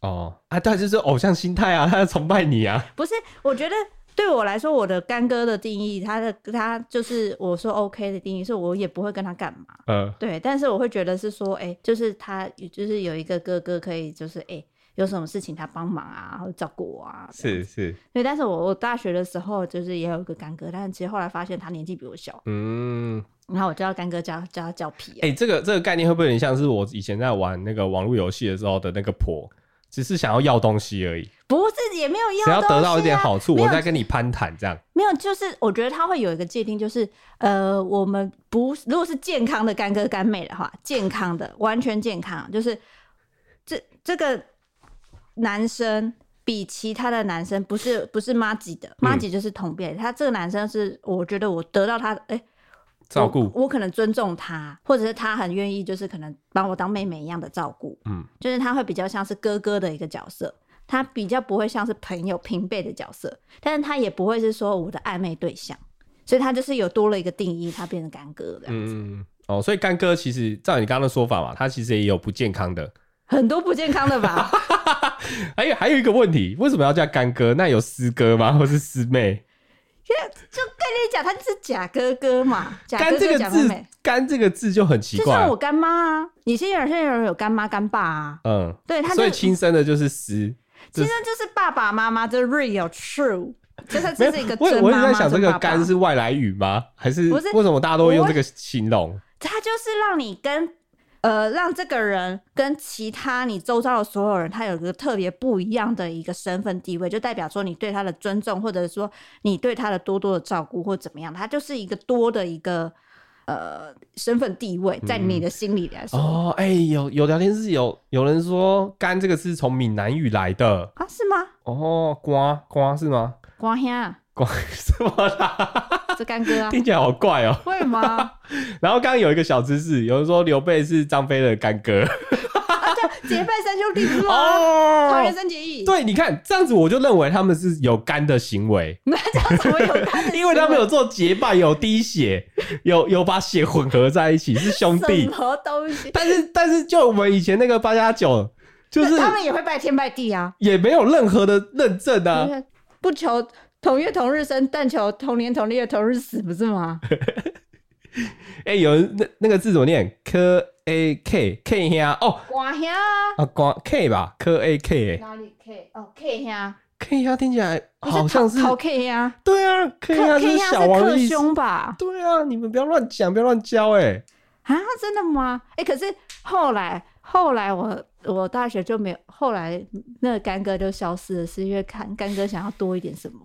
哦啊，对，就是偶像心态啊，他在崇拜你啊。
不是，我觉得对我来说，我的干哥的定义，他的他就是我说 OK 的定义，是我也不会跟他干嘛。
呃，
对，但是我会觉得是说，哎、就是他，就是有一个哥哥可以，就是哎、有什么事情他帮忙啊，然后照顾我啊。这样
是是，
对，但是我我大学的时候就是也有一个干哥，但是其实后来发现他年纪比我小，
嗯，
然后我就叫干哥叫叫他叫皮、
哎、这个这个概念会不会有点像是我以前在玩那个网络游戏的时候的那个婆，只是想要要东西而已，
不是也没有要、啊，
只要得到一点好处，
没
我
有
在跟你攀谈这样。
没有，就是我觉得他会有一个界定，就是呃，我们不如果是健康的干哥干妹的话，健康的完全健康，就是这这个男生比其他的男生不是不是妈吉的，
嗯
妈吉就是同辈，他这个男生是我觉得我得到他哎、
照顾
我，我可能尊重他，或者是他很愿意就是可能把我当妹妹一样的照顾，
嗯，
就是他会比较像是哥哥的一个角色，他比较不会像是朋友平辈的角色，但是他也不会是说我的暧昧对象，所以他就是有多了一个定义，他变成干哥这样子。
嗯，哦，所以干哥其实照你刚刚的说法嘛，他其实也有不健康的。
很多不健康的吧？
还有还有一个问题，为什么要叫干哥？那有师哥吗？或是师 妹？
就跟你讲，他就是假哥哥嘛，假
干
啊哥
这
哥
个
假妹
字
妹，，
干这个字就很奇
就
怪
像。我干妈啊，你现在有些人有干妈干爸啊，
嗯，
对他就
所以亲生的就是师。
其实就是爸爸妈妈，这 real true，就是
没有
这是一个，
我
真
我一直
妈
在
妈
想这
真
个
爸爸
干是外来语吗？还是
不是
为什么大家都会用
我
这个形容？
他就是让你跟呃，让这个人跟其他你周遭的所有人，他有一个特别不一样的一个身份地位，就代表说你对他的尊重，或者说你对他的多多的照顾，或怎么样，他就是一个多的一个呃身份地位，在你的心里来说、
哦，哎、有有聊天室有有人说“干”这个是从闽南语来的
啊，是吗？
哦，瓜瓜是吗？
光兄啊，
瓜 什么 啦？
这干 哥啊，
听起来好怪哦、
会吗？
然后刚刚有一个小知识，有人说刘备是张飞的干哥
结拜三兄弟是吗？桃园
哦。
三结义，，
对，你看这样子，我就认为他们是有干的行为，
那这样怎么有他的行为？
因为他们有做结拜，有滴血，有有把血混合在一起，是兄弟
什。么东西？
但是但是，就我们以前那个八加九，就是
他们也会拜天拜地啊。
也没有任何的认证啊
不。是不求同月同日生，但求同年同月同日死，不是 吗？
哎、有人那那个字怎么念？K A K K 兄哦
瓜兄
啊，光 K 吧，K A K 哎
哪里 K 哦 K 兄，
，K 兄听起来
不
好像是
陶陶 K 兄
对啊，K
克
兄
，K
是
兄
小王的
克
意思。
兄吧？
对啊，你们不要乱讲，不要乱教哎、
啊，真的吗？哎、可是后来后来我我大学就没有，后来那个干哥就消失了，是因为看干哥想要多一点什么。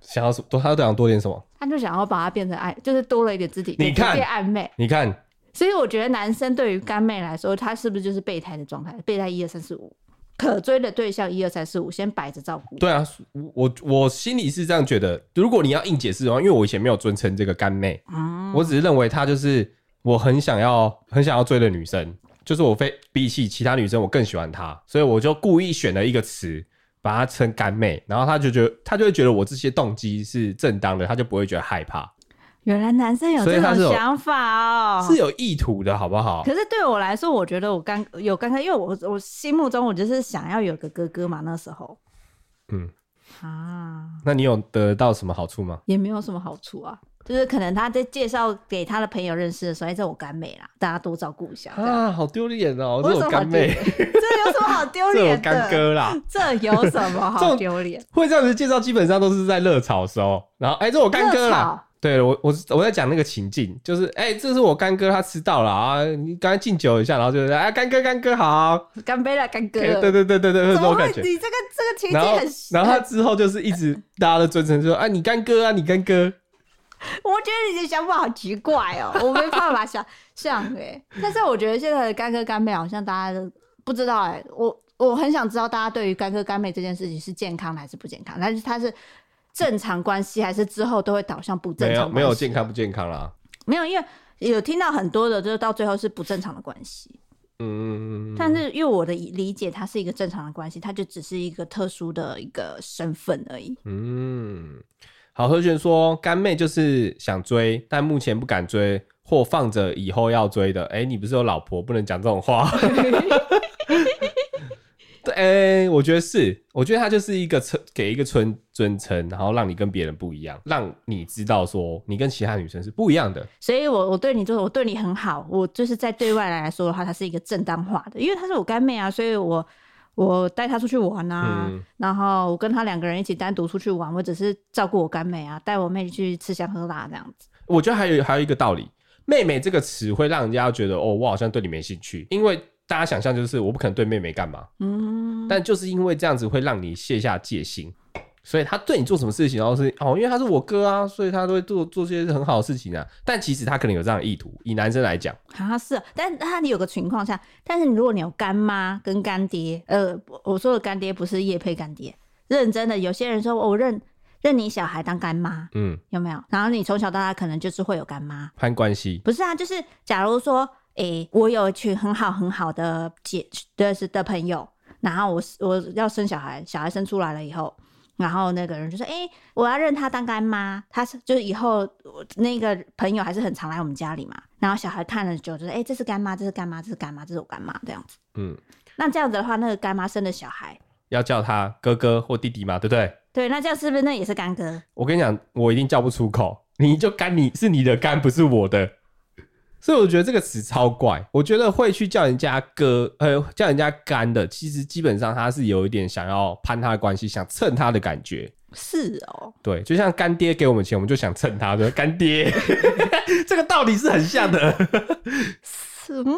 想要什多，他想多点什么？
他就想要把它变成暧，就是多了一点肢体接触，
你看
变暧昧。
你看，
所以我觉得男生对于干妹来说，他是不是就是备胎的状态？备胎一二三四五，可追的对象一二三四五，先摆着照顾。
对啊，我我心里是这样觉得。如果你要硬解释的话，因为我以前没有尊称这个干妹，
嗯
我只是认为她就是我很想要很想要追的女生，就是我非比起其他女生我更喜欢她，所以我就故意选了一个词把她称干妹，然后她就觉得她就会觉得我这些动机是正当的，她就不会觉得害怕，
原来男生有
所以
这
他是有
种想法哦。
是有意图的好不好？
可是对我来说，我觉得我刚有刚刚，因为我我心目中我就是想要有个哥哥嘛，那时候。
嗯。
啊，
那你有得到什么好处吗？
也没有什么好处啊。就是可能他在介绍给他的朋友认识的时候，哎，这我干妹啦，大家多照顾一下。这样
啊，好丢脸哦！
我
这
有什
种
么好
干
丢
妹
脸， 这有什么好 丢
这种
脸的？
干哥啦。
这有什么
这
好
种
丢脸？
会这样子介绍，基本上都是在热炒的时候。然后，哎、这我干哥
热
啦
炒。
对我，我我在讲那个情境，就是，哎、这是我干哥，他迟到了啊，你赶快敬酒一下，然后就是，哎，干哥，干哥好，
干杯了，干哥！
对对对对对，这
怎么
种
会？
感觉。
你这个这个情
然后
节很，
然后他之后就是一直大家都尊称说，啊，你干哥啊，你干哥。
我觉得你的想法好奇怪哦， 我没办法想象哎、 但是我觉得现在的干哥干妹好像大家都不知道哎、我我很想知道大家对于干哥干妹这件事情是健康的还是不健康，但是它是正常关系还是之后都会导向不正
没
常
有没有
关系啊
健康不健康啦，
没有，因为有听到很多的，就是到最后是不正常的关系。
嗯，
但是因为我的理解，它是一个正常的关系，它就只是一个特殊的一个身份而已。
嗯，好，何璇说干妹就是想追，但目前不敢追，或放着以后要追的。哎、你不是有老婆，不能讲这种话。对，哎、我觉得是，我觉得他就是一个称，给一个尊尊称，然后让你跟别人不一样，让你知道说你跟其他女生是不一样的。
所以我我对你就是我对你很好，我就是在对外来说的话，它是一个正当化的，因为她是我干妹啊，所以我我带她出去玩啊，
嗯
然后我跟她两个人一起单独出去玩，我只是照顾我干妹啊，带我妹去吃香喝辣这样子。
我觉得还有还有一个道理，“妹妹”这个词会让人家觉得哦，我好像对你没兴趣，因为大家想象就是我不可能对妹妹干嘛，
嗯，
但就是因为这样子会让你卸下戒心，所以他对你做什么事情，然后是哦，因为他是我哥啊，所以他都会做做些很好的事情啊。但其实他可能有这样的意图，以男生来讲，
啊是啊，但但你有个情况下，但是你如果你有干妈跟干爹，呃，我我说的干爹不是叶配干爹，认真的，有些人说哦我认认你小孩当干妈，
嗯，
有没有？然后你从小到大可能就是会有干妈，
攀关系，
不是啊，就是假如说，诶、我有一群很好很好的姐的是的朋友，然后我我要生小孩，小孩生出来了以后，然后那个人就说，诶、我要认他当干妈，他是就是以后我那个朋友还是很常来我们家里嘛，然后小孩看了就就是，诶、这是干妈，这是干妈，这是干妈，这是我干妈这样子。
嗯，
那这样子的话，那个干妈生的小孩，
要叫他哥哥或弟弟嘛，对不对？
对，那这样是不是那也是干哥？
我跟你讲，我一定叫不出口，你就干你是你的干，不是我的。所以我觉得这个词超怪，我觉得会去叫人家哥，呃，叫人家干的，其实基本上他是有一点想要攀他的关系，想蹭他的感觉。
是哦，
对，就像干爹给我们钱，我们就想蹭他的 干爹，这个道理是很像的，
是嗯，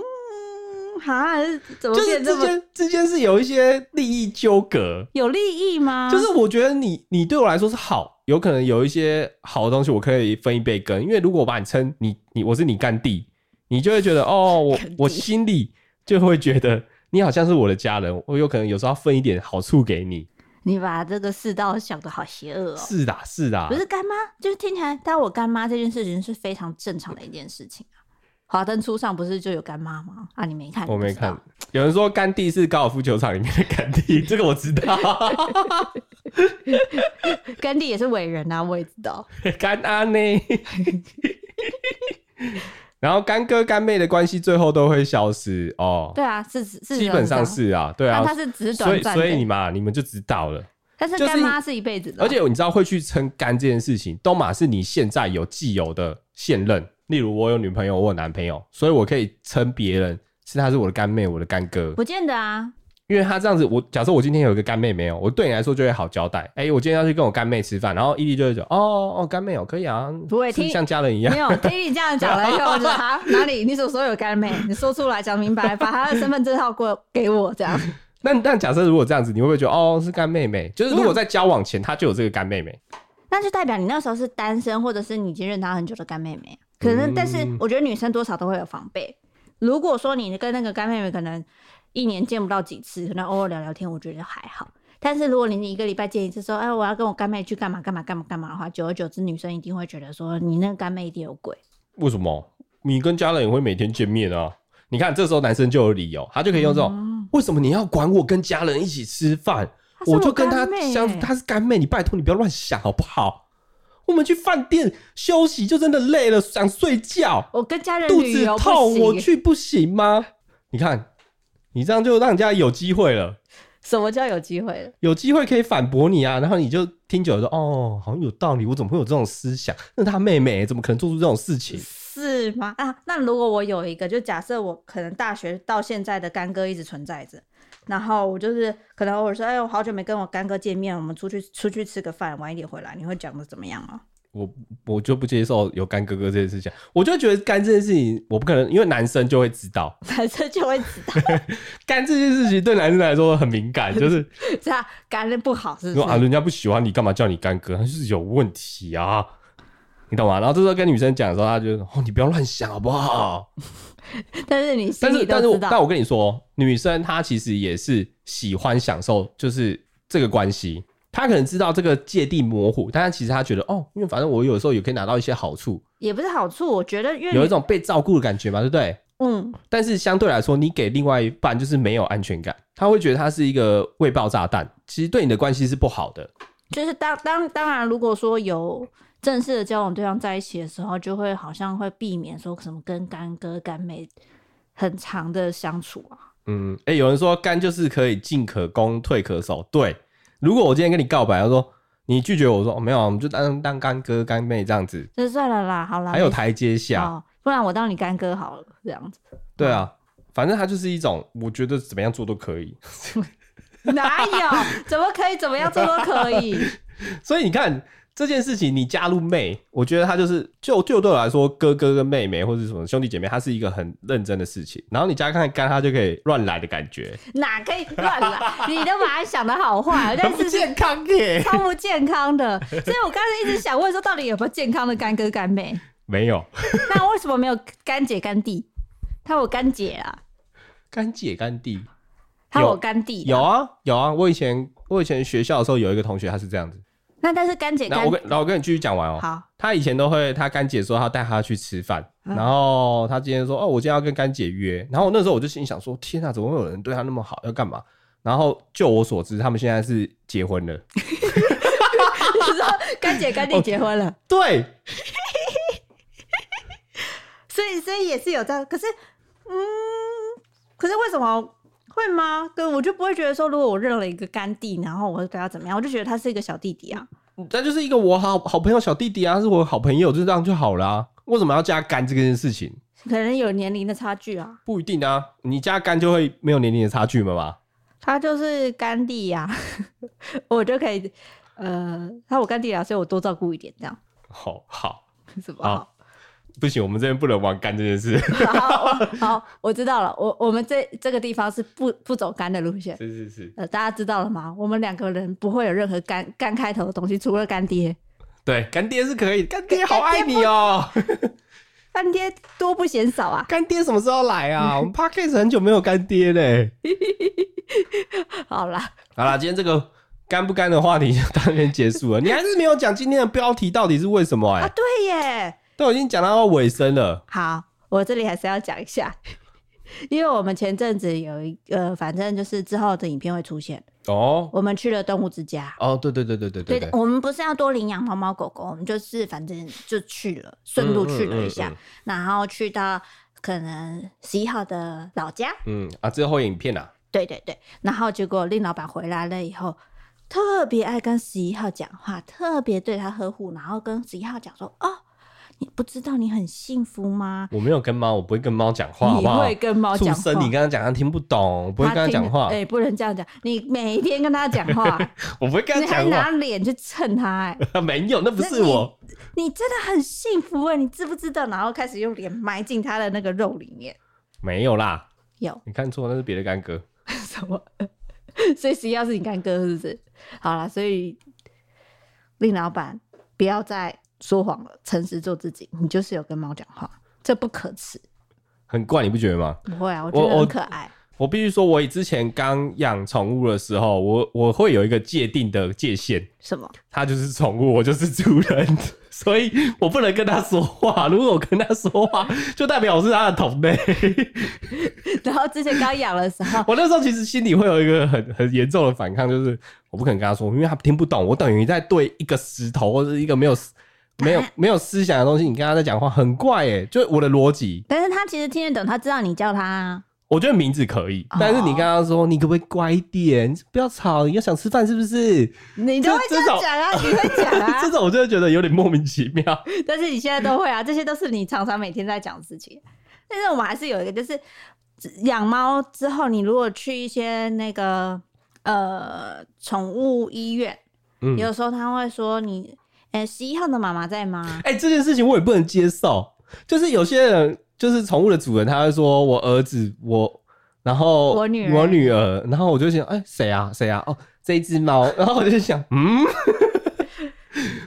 哈，怎么
就是
变这
之
么
间之间是有一些利益纠葛。
有利益吗？
就是我觉得你你对我来说是好，有可能有一些好的东西我可以分一杯羹，因为如果我把你称你你我是你干弟，你就会觉得哦，我
干弟
我心里就会觉得你好像是我的家人，我有可能有时候要分一点好处给你。
你把这个世道想的好邪恶哦。
是啊的，是的，
不是干妈，就是听起来，当我干妈这件事情是非常正常的一件事情啊。华灯初上不是就有干妈吗？啊，你没看？
我
你不
没
知道
看。有人说干弟是高尔夫球场里面的干弟，这个我知道。
甘地也是伟人啊，我也知 道。
干安呢？然后干哥干妹的关系最后都会消失哦，
对啊，是是
基本上，是啊，对啊
但，它是只是
所
短
以
暂
所以你
的。
嘛，你们就知道了。
但是
就是
干妈是一啊辈子的，
而且你知道会去称干这件事情，都马是你现在有既有的现任，例如我有女朋友，我有男朋友，所以我可以称别人是他是我的干妹，我的干哥，
不见 得啊。
因为他这样子，我假设我今天有一个干妹没有，我对你来说就会好交代。哎、我今天要去跟我干妹吃饭，然后伊利就会说，哦哦，干妹哦，可以啊，
不会
是
听
像家人一样
没。有听你这样讲了以后，我就啊哪里？你所说有干妹，你说出来讲明白，把她的身份证号给我给我这样。
那但假设如果这样子，你会不会觉得哦是干妹妹？就是如果在交往前她就有这个干妹妹，
那就代表你那时候是单身，或者是你已经认他很久的干妹妹。可能，
嗯
但是我觉得女生多少都会有防备。如果说你跟那个干妹妹可能一年见不到几次，可能偶尔聊聊天，我觉得还好。但是如果你一个礼拜见一次，说哎我要跟我干妹去干嘛干嘛干嘛干嘛的话，久而久之，女生一定会觉得说你那个干妹一定有鬼。
为什么？你跟家人也会每天见面啊？你看这时候男生就有理由，他就可以用这种、为什么你要管我跟家人一起吃饭？
哦她是
我就跟她
干妹
相
欸
她是干妹，你拜托你不要乱想好不好？我们去饭店休息就真的累了，想睡觉。
我跟家人
肚
旅
子
游不
痛，我
行，
去不行吗？你看，你这样就让人家有机会了，
什么叫有机会了？
有机会可以反驳你啊。然后你就听久了说，哦，好像有道理，我怎么会有这种思想？那他妹妹怎么可能做出这种事情？
是吗？啊，那如果我有一个，就假设我可能大学到现在的干哥一直存在着，然后我就是可能偶尔说，哎，我好久没跟我干哥见面，我们出去出去吃个饭，晚一点回来，你会讲的怎么样啊？
我我就不接受有干哥哥这件事情，我就觉得干这件事情，我不可能，因为男生就会知道，
反正就会知 道，
干这件事情对男生来说很敏 感，就是
这样干的不好是不
说啊，
是？
人家不喜欢你，干嘛叫你干哥？他就是有问题啊，你懂吗？然后这时候跟女生讲的时候，他就哦，你不要乱想好不好？
但是你心
但
里
是，但是
都
我
知
但
道，
我跟你说，哦女生她其实也是喜欢享受，就是这个关系。她可能知道这个界定模糊，但是其实她觉得哦，因为反正我有时候也可以拿到一些好处，
也不是好处。我觉得因为
有一
你
种被照顾的感觉嘛，对不对？
嗯，
但是相对来说，你给另外一半就是没有安全感，他会觉得他是一个未爆炸弹，其实对你的关系是不好的。
就是当当当然，如果说有正式的交往对象在一起的时候，就会好像会避免说什么跟干哥干妹很长的相处啊。
嗯，哎、有人说干就是可以进可攻，退可守。对，如果我今天跟你告白，他说你拒绝我我说、哦、没有啊，我们就当当干哥干妹这样子，
就算了啦，好啦，
还有
没事
台阶下。
哦，不然我当你干哥好了，这样子。
嗯对啊，反正它就是一种，我觉得怎么样做都可以。
哪有？怎么可以？怎么样？这都可 以。
所以你看这件事情，你加入妹，我觉得他就是就就对我来说，哥哥跟妹妹或者什么兄弟姐妹，他是一个很认真的事情。然后你加看干，他就可以乱来的感觉，
哪可以乱来？你都把它想的 好坏，但
很不
是
健康耶。
超不健康的。所以我刚才一直想问说，到底有没有健康的干哥干妹？
没有
那为什么没有干姐干弟？他有干姐啊，
干姐干弟
他
有
有干弟啊
有。啊有啊，我以前我以前学校的时候有一个同学，他是这样子。
那但是干姐
那
干
我跟那我跟你继续讲完哦、
好，
他以前都会，他干姐说他带他去吃饭，然后他今天说哦，我今天要跟干姐约，然后我那时候我就心里想说，天啊，怎么会有人对他那么好，要干嘛？然后就我所知，他们现在是结婚了。
你说干姐干弟结婚了，
对，
所以所以也是有这样。可是，嗯，可是为什么会吗？对，我就不会觉得说，如果我认了一个干弟，然后我会对他怎么样，我就觉得他是一个小弟弟啊。
他就是一个我好好朋友小弟弟啊，是我好朋友，就这样就好啦、为什么要加干这件事情？
可能有年龄的差距啊，
不一定啊，你加干就会没有年龄的差距嘛嘛。
他就是干弟呀、 我就可以，呃，他我干弟啊，所以我多照顾一点，这样
好好，
是吧？
好不行，我们这边不能玩干这件事。
好，好，我知道了。我我们这这个地方是不不走干的路线。
是是是，
呃，大家知道了吗？我们两个人不会有任何干干开头的东西，除了干爹。
对，干爹是可以，干爹好
干爹
爱你哦、
干爹多不嫌少啊！
干爹什么时候来啊？ 我们 podcast 很久没有干爹嘞。
好啦，
好啦，今天这个干不干的话题就到这边结束了。你还是没有讲今天的标题到底是为什么、欸？
啊，
哎，
对耶，
都已经讲到尾声了。
好，我这里还是要讲一下， 因为我们前阵子有一个、呃反正就是之后的影片会出现，
哦
我们去了动物之家。
哦，对对对对对
对，我们不是要多领养猫猫狗狗，我们就是反正就去了，顺路去了一下，
嗯嗯嗯
然后去到可能十一号的老家，
嗯啊，最后影片啊，
对对对，然后结果令老板回来了以后，特别爱跟十一号讲话，特别对他呵护，然后跟十一号讲说：“哦，你不知道你很幸福吗？
我没有跟猫，我不会跟猫讲话，好
你
不好？
会跟猫
畜
讲话
生，，你跟他讲他听不懂，我不会跟他
听
讲话，
哎、不能这样讲，你每天跟他讲话，
我不会跟
你
他
还
讲
拿
话。
脸去蹭他、哎，
没有，那不是
那你
我。
你真的很幸福哎、你知不知道？然后开始用脸埋进他的那个肉里面，
没有啦，
有
你看错，那是别的干哥。
什么？所以十一号是你干哥是不是？好啦，所以令老板不要再说谎了，诚实做自己，你就是有跟猫讲话，这不可耻。
很怪，你不觉得吗？
不会啊，我
我
觉得
我
很可爱。
我必须说，我之前刚养宠物的时候，我我会有一个界定的界限，
什么？
它就是宠物，我就是主人， 所以我不能跟它说话。如果我跟它说话，就代表我是它的同类。
然后之前刚养的时候，
我那时候其实心里会有一个很很严重的反抗，就是我不肯跟它说，因为它听不懂。我等于在对一个石头或者一个没有思没有没有思想的东西，你跟它在讲话，很怪耶、就我的逻辑，
但是他其实听得懂，他知道你叫他、啊。
我觉得名字可以
哦，
但是你跟它说，你可不可以乖一点，不要吵，你要想吃饭是不是？
你都会这
这
样讲啊，你会讲 啊
这，种我就会觉得有点莫名其妙。
但是你现在都会啊，这些都是你常常每天在讲的事情。但是我们还是有一个，就是养猫之后，你如果去一些那个呃宠物医院，
嗯，
有时候他会说你，哎、十一号的妈妈在吗？
哎、这件事情我也不能接受。就是有些人，就是宠物的主人，他会说我儿子，我，然后
我女儿
我女儿，然后我就想，哎、谁啊，谁啊？哦，这一只猫，然后我就想，嗯，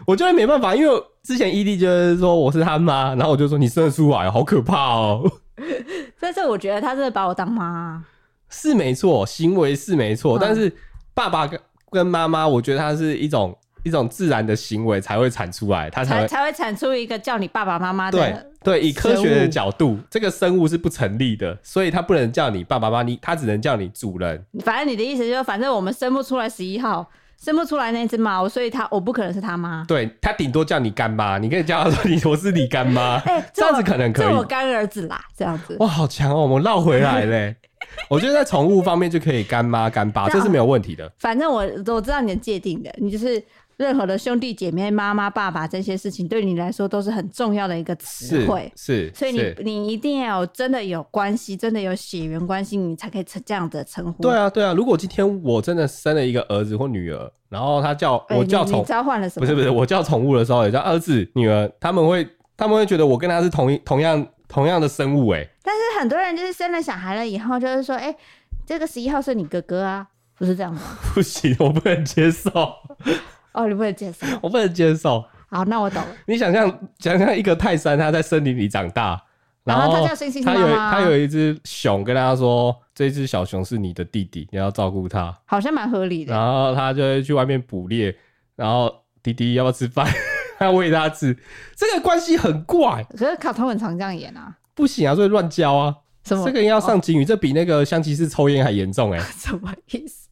我就会没办法，因为之前伊利就是说我是他妈，然后我就说你生得出来，好可怕哦。
但是我觉得他真的把我当妈啊，
是没错，行为是没错，
嗯
但是爸爸跟跟妈妈，我觉得它是一种一种自然的行为才会产出来，它才
才
会
才会产出一个叫你爸爸妈妈
对
的。
对，以科学
啊生
的
物
角度，这个生物是不成立的，所以它不能叫你爸爸妈妈，你它只能叫你主人。
反正你的意思就是，反正我们生不出来十一号，生不出来那只猫，所以他我不可能是他妈。
对，它顶多叫你干妈，你可以叫它说你我是你干妈，
哎、
这样子可能可
这我
以。
干儿子啦，这样子。
哇，好强哦！我们绕回来嘞。我觉得在 宠物方面就可以干妈干爸，
那
这是没有问题的。
反正我我知道你的界定的，你就是任何的兄弟姐妹、妈妈、爸爸这些事情，对你来说都是很重要的一个词
是
汇。
是，
所以
是
你你一定要有真的有关系，真的有血缘关系，你才可以称这样的称呼。
对啊对啊。如果今天我真的生了一个儿子或女儿，然后他叫
哎，
我叫
你你
宠，
召唤了什
不
么？
是不是，我叫宠物的时候也叫儿子女儿，他们会他们会觉得我跟他是同一同样同样的生物哎、
但是很多人就是生了小孩了以后，就是说，哎、这个十一号是你哥哥啊，不是这样吗？
不行，我不能接受，
哦，你不能接受。
我不能接受。
好，那我懂了。
你想象想象一个泰山，它在森林里长大，
然后
后
它叫星星
它
妈
有
妈
它有一只熊跟它说，这只小熊是你的弟弟，你要照顾它。
好像蛮合理的。
然后它就会去外面捕猎，然后弟弟要不要吃饭？ 它喂它吃，这个关系很怪，
可是卡通很常这样演啊，
不行啊，所以乱教啊。
什么哦
这个要上警语，这比那个香吉士抽烟还严重哎、
什么意思？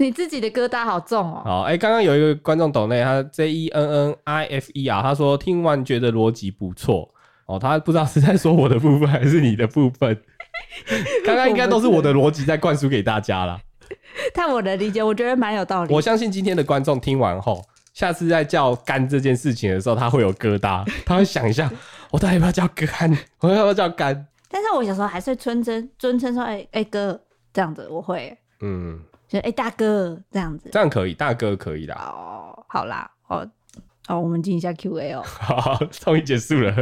你自己的疙瘩好重哦。
好，哎、刚刚有一个观众抖内，他 J E N N I F E R，他说听完觉得逻辑不错。哦，他不知道是在说我的部分还是你的部分。刚刚应该都是我的逻辑在灌输给大家啦。
但我的理解，我觉得蛮有道理。
我相信今天的观众听完后，下次在叫干这件事情的时候，他会有疙瘩，他会想一下， 我到底要不要叫干？我要不要叫干？
但是我有时候还是会尊称尊称说，哎、哎、哥这样子，我会
嗯，
就哎、大哥这样子。
这样可以，大哥可以的。
哦，好啦，哦哦，我们进一下 Q&A 哦。
好，终于结束了。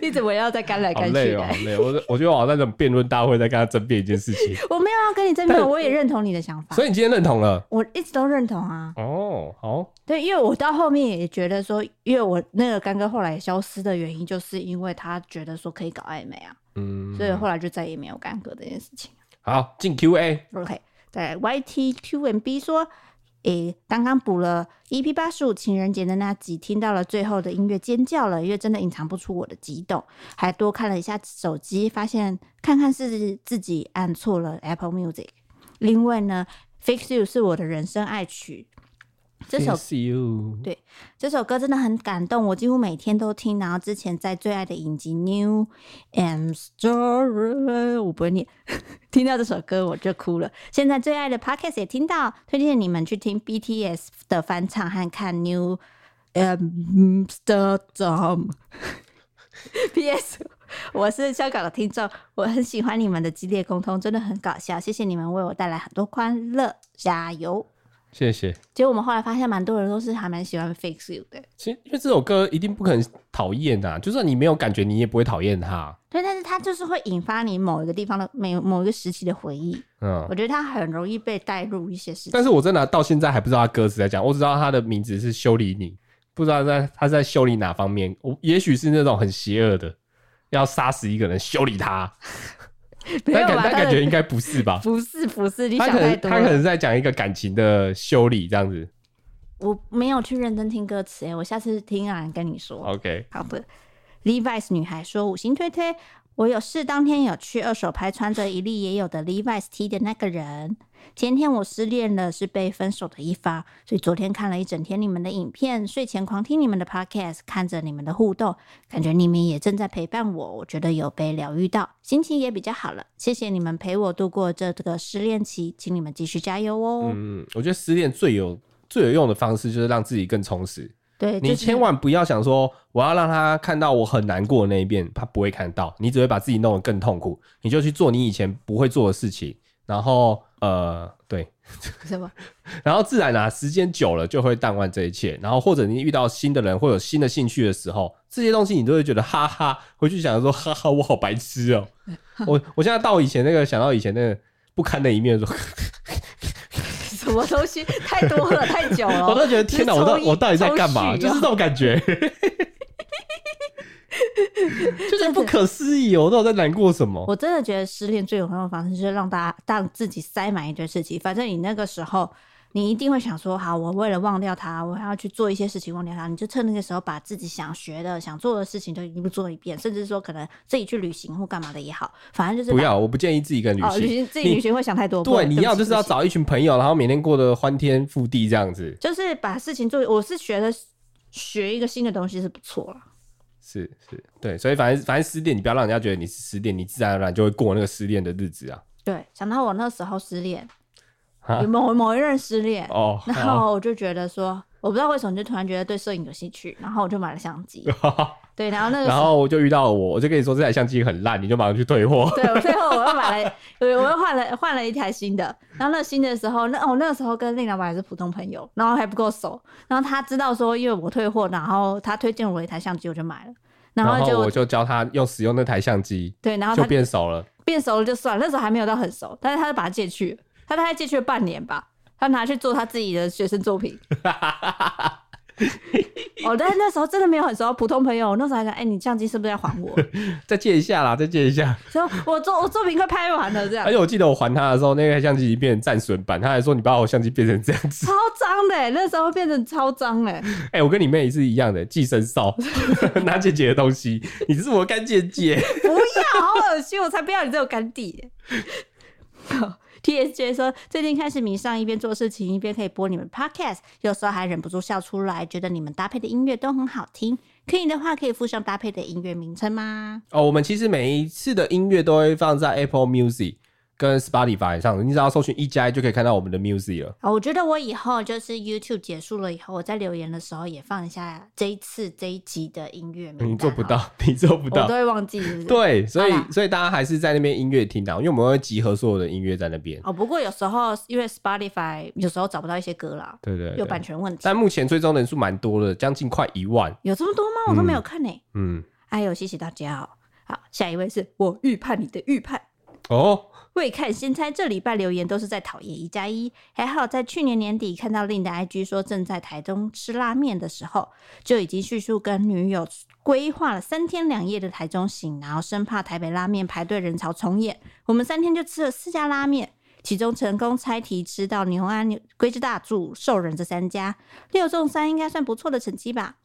你怎么要再干来
好
干去
累
的？
哦，好累。我我觉得我好像那种辩论大会在跟他争辩一件事 情，
我没有要跟你争辩，我也认同你的想法
所，以你今天认同了
我一直都认同啊。
哦，好，
对，因为我到后面也觉得说，因为我那个干哥后来也消失的原因，就是因为他觉得说可以搞暧昧啊，
嗯，
所以后来就再也没有干哥这件事情。
好进 Q&A，
OK，再来 YTQMB 说，诶、刚刚补了 EP 八十五情人节的那集，听到了最后的音乐尖叫了，因为真的隐藏不出我的激动，还多看了一下手机，发现看看是自己按错了 Apple Music。另外呢，Fix You 是我的人生爱曲，这首
Miss you，
对这首歌真的很感动，我几乎每天都听。然后之前在最爱的影集《New and Story》，我不会念， 听到这首歌我就哭了。现在最爱的 Podcast 也听到，推荐你们去听 BTS 的翻唱和看《New Amsterdam》。P.S. 我是香港的听众，我很喜欢你们的激烈沟通，真的很搞笑。谢谢你们为我带来很多欢乐，加油！
谢谢。
结果我们后来发现，蛮多人都是还蛮喜欢 Fix You 的。
其实因为这首歌一定不可能讨厌呐，就算你没有感觉，你也不会讨厌它。
对，但是它就是会引发你某一个地方的某某一个时期的回忆。
嗯
我，觉得它很容易被带入一些事情。
但是我真的到现在还不知道他歌词在讲，我只知道他的名字是修理你，不知道在他在修理哪方面。我也许是那种很邪恶的，要杀死一个人修理他，
没
但
有
感
吧？
但
它
感觉
的
应该不是吧？
不是不是，你
他
想
可
太
能
多
他可能
了。
在讲一个感情的修理这样子。
我没有去认真听歌词、欸，我下次听啊跟你说。
OK，
好的，Levi's 女孩说五星推推，我有事当天有去二手拍，穿着一粒也有的 Levi's T 的那个人。前天我失恋了，是被分手的一方，所以昨天看了一整天你们的影片，睡前狂听你们的 podcast，看着你们的互动，感觉你们也正在陪伴我，我觉得有被疗愈到，心情也比较好了。谢谢你们陪我度过这个失恋期，请你们继续加油哦。
嗯，我觉得失恋最有最有用的方式就是让自己更充实。
对，就
你
是
千万不要想说我要让他看到我很难过的那一面，他不会看到，你只会把自己弄得更痛苦。你就去做你以前不会做的事情，然后呃，对，
什么？
然后自然啊，时间久了就会淡忘这一切。然后或者你遇到新的人，会有新的兴趣的时候，这些东西你都会觉得哈哈，回去想说哈哈，我好白痴 哦、我我现在到以前那个想到以前那个不堪的一面的时候，
什么东西？太多了，太久了。
我都觉得天哪，我到
抽一
我到底在干嘛？
抽血
就是这种感 觉，就是不可思议哦！我到底在难过什么？
我真的觉得失恋最有用的方式就是让大家让自己塞满一堆事情，反正你那个时候。你一定会想说，好，我为了忘掉他，我还要去做一些事情忘掉他。你就趁那个时候，把自己想学的、想做的事情都一步做一遍，甚至说可能自己去旅行或干嘛的也好，反正就是
不
把
要，我不建议自己一个人旅
哦，旅
行。
行自己旅
你
行会想太多。不
对，你要
不
就
起
是要
不起
找一群朋友，然后每天过得欢天覆地这样子。
就是把事情做。我是学的学一个新的东西是不错了。
是是，对，所以反正反正失恋，你不要让人家觉得你是失恋，你自然而然就会过那个失恋的日子啊。
对，想到我那时候失恋，
啊
有某某一任失恋，
哦，。
然后我就觉得说，我不知道为什么就突然觉得对摄影有兴趣，然后我就买了相机
好
对，然后那个时
然
候，
后我就遇到我，我就跟你说这台相机很烂，你就马上去退货。
对，我最后我又买了，我我又换了换了一台新的。然后那新的时候，那哦那个时候跟令老板还是普通朋友，然后还不够熟。然后他知道说，因为我退货，然后他推荐我一台相机，我就买了。然
然
后
后
就
我就教他用使用那台相机，
对，然后
就
他
变熟了。
变熟了就算，了，那时候还没有到很熟，但是他就把它借去了，他大概借去了半年吧，他拿去做他自己的学生作品。哦，但是那时候真的没有很熟，普通朋友。我那时候还想，哎、你相机是不是要还我？
再借一下啦，再借一下。
说我作我作品快拍完了，这样
而且我记得我还他的时候，那台相机已经变成战损版，他还说你把我相机变成这样 子。
超脏的、欸那时候变成超脏欸嘞、
哎、我跟你妹是一样的，寄生 兽，拿姐姐的东西，你是我干姐 姐。
不要，好恶心，我才不要你这种干 弟、T S J 说，最近开始迷上一边做事情一边可以播你们 Podcast，有时候还忍不住笑出来，觉得你们搭配的音乐都很好听。可以的话，可以附上搭配的音乐名称吗？
哦，我们其实每一次的音乐都会放在 Apple Music 跟 Spotify 上，你只要搜寻一加一就可以看到我们的 Music 了。
啊，我觉得我以后就是 YouTube 结束了以后，我在留言的时候也放一下这一次这一集的音乐名、
嗯
哦
你做不，到，你做不
我
到
都。会忘记是不是。
对，所以
好啦
所以大家还是在那边音乐厅啊，因为我们会集合所有的音乐在那边。
哦，不过有时候因为 Spotify 有时候找不到一些歌啦，
对对对，
有版权问题
但。目前追踪人数蛮多的，将近快一万。
有这么多吗？我都没有看呢、
嗯，
哎呦，谢谢大家哦。好，下一位是我预判你的预判。
哦，
未看先猜，这礼拜留言都是在讨厌一加一。还好在去年年底看到令的 IG 说正在台中吃拉面的时候，就已经叙述跟女友规划了三天两夜的台中行，然后生怕台北拉面排队人潮重演，我们三天就吃了四家拉面。其中成功猜题吃到牛安、牛龟之大柱、兽人这三家，六中三应该算不错的成绩吧。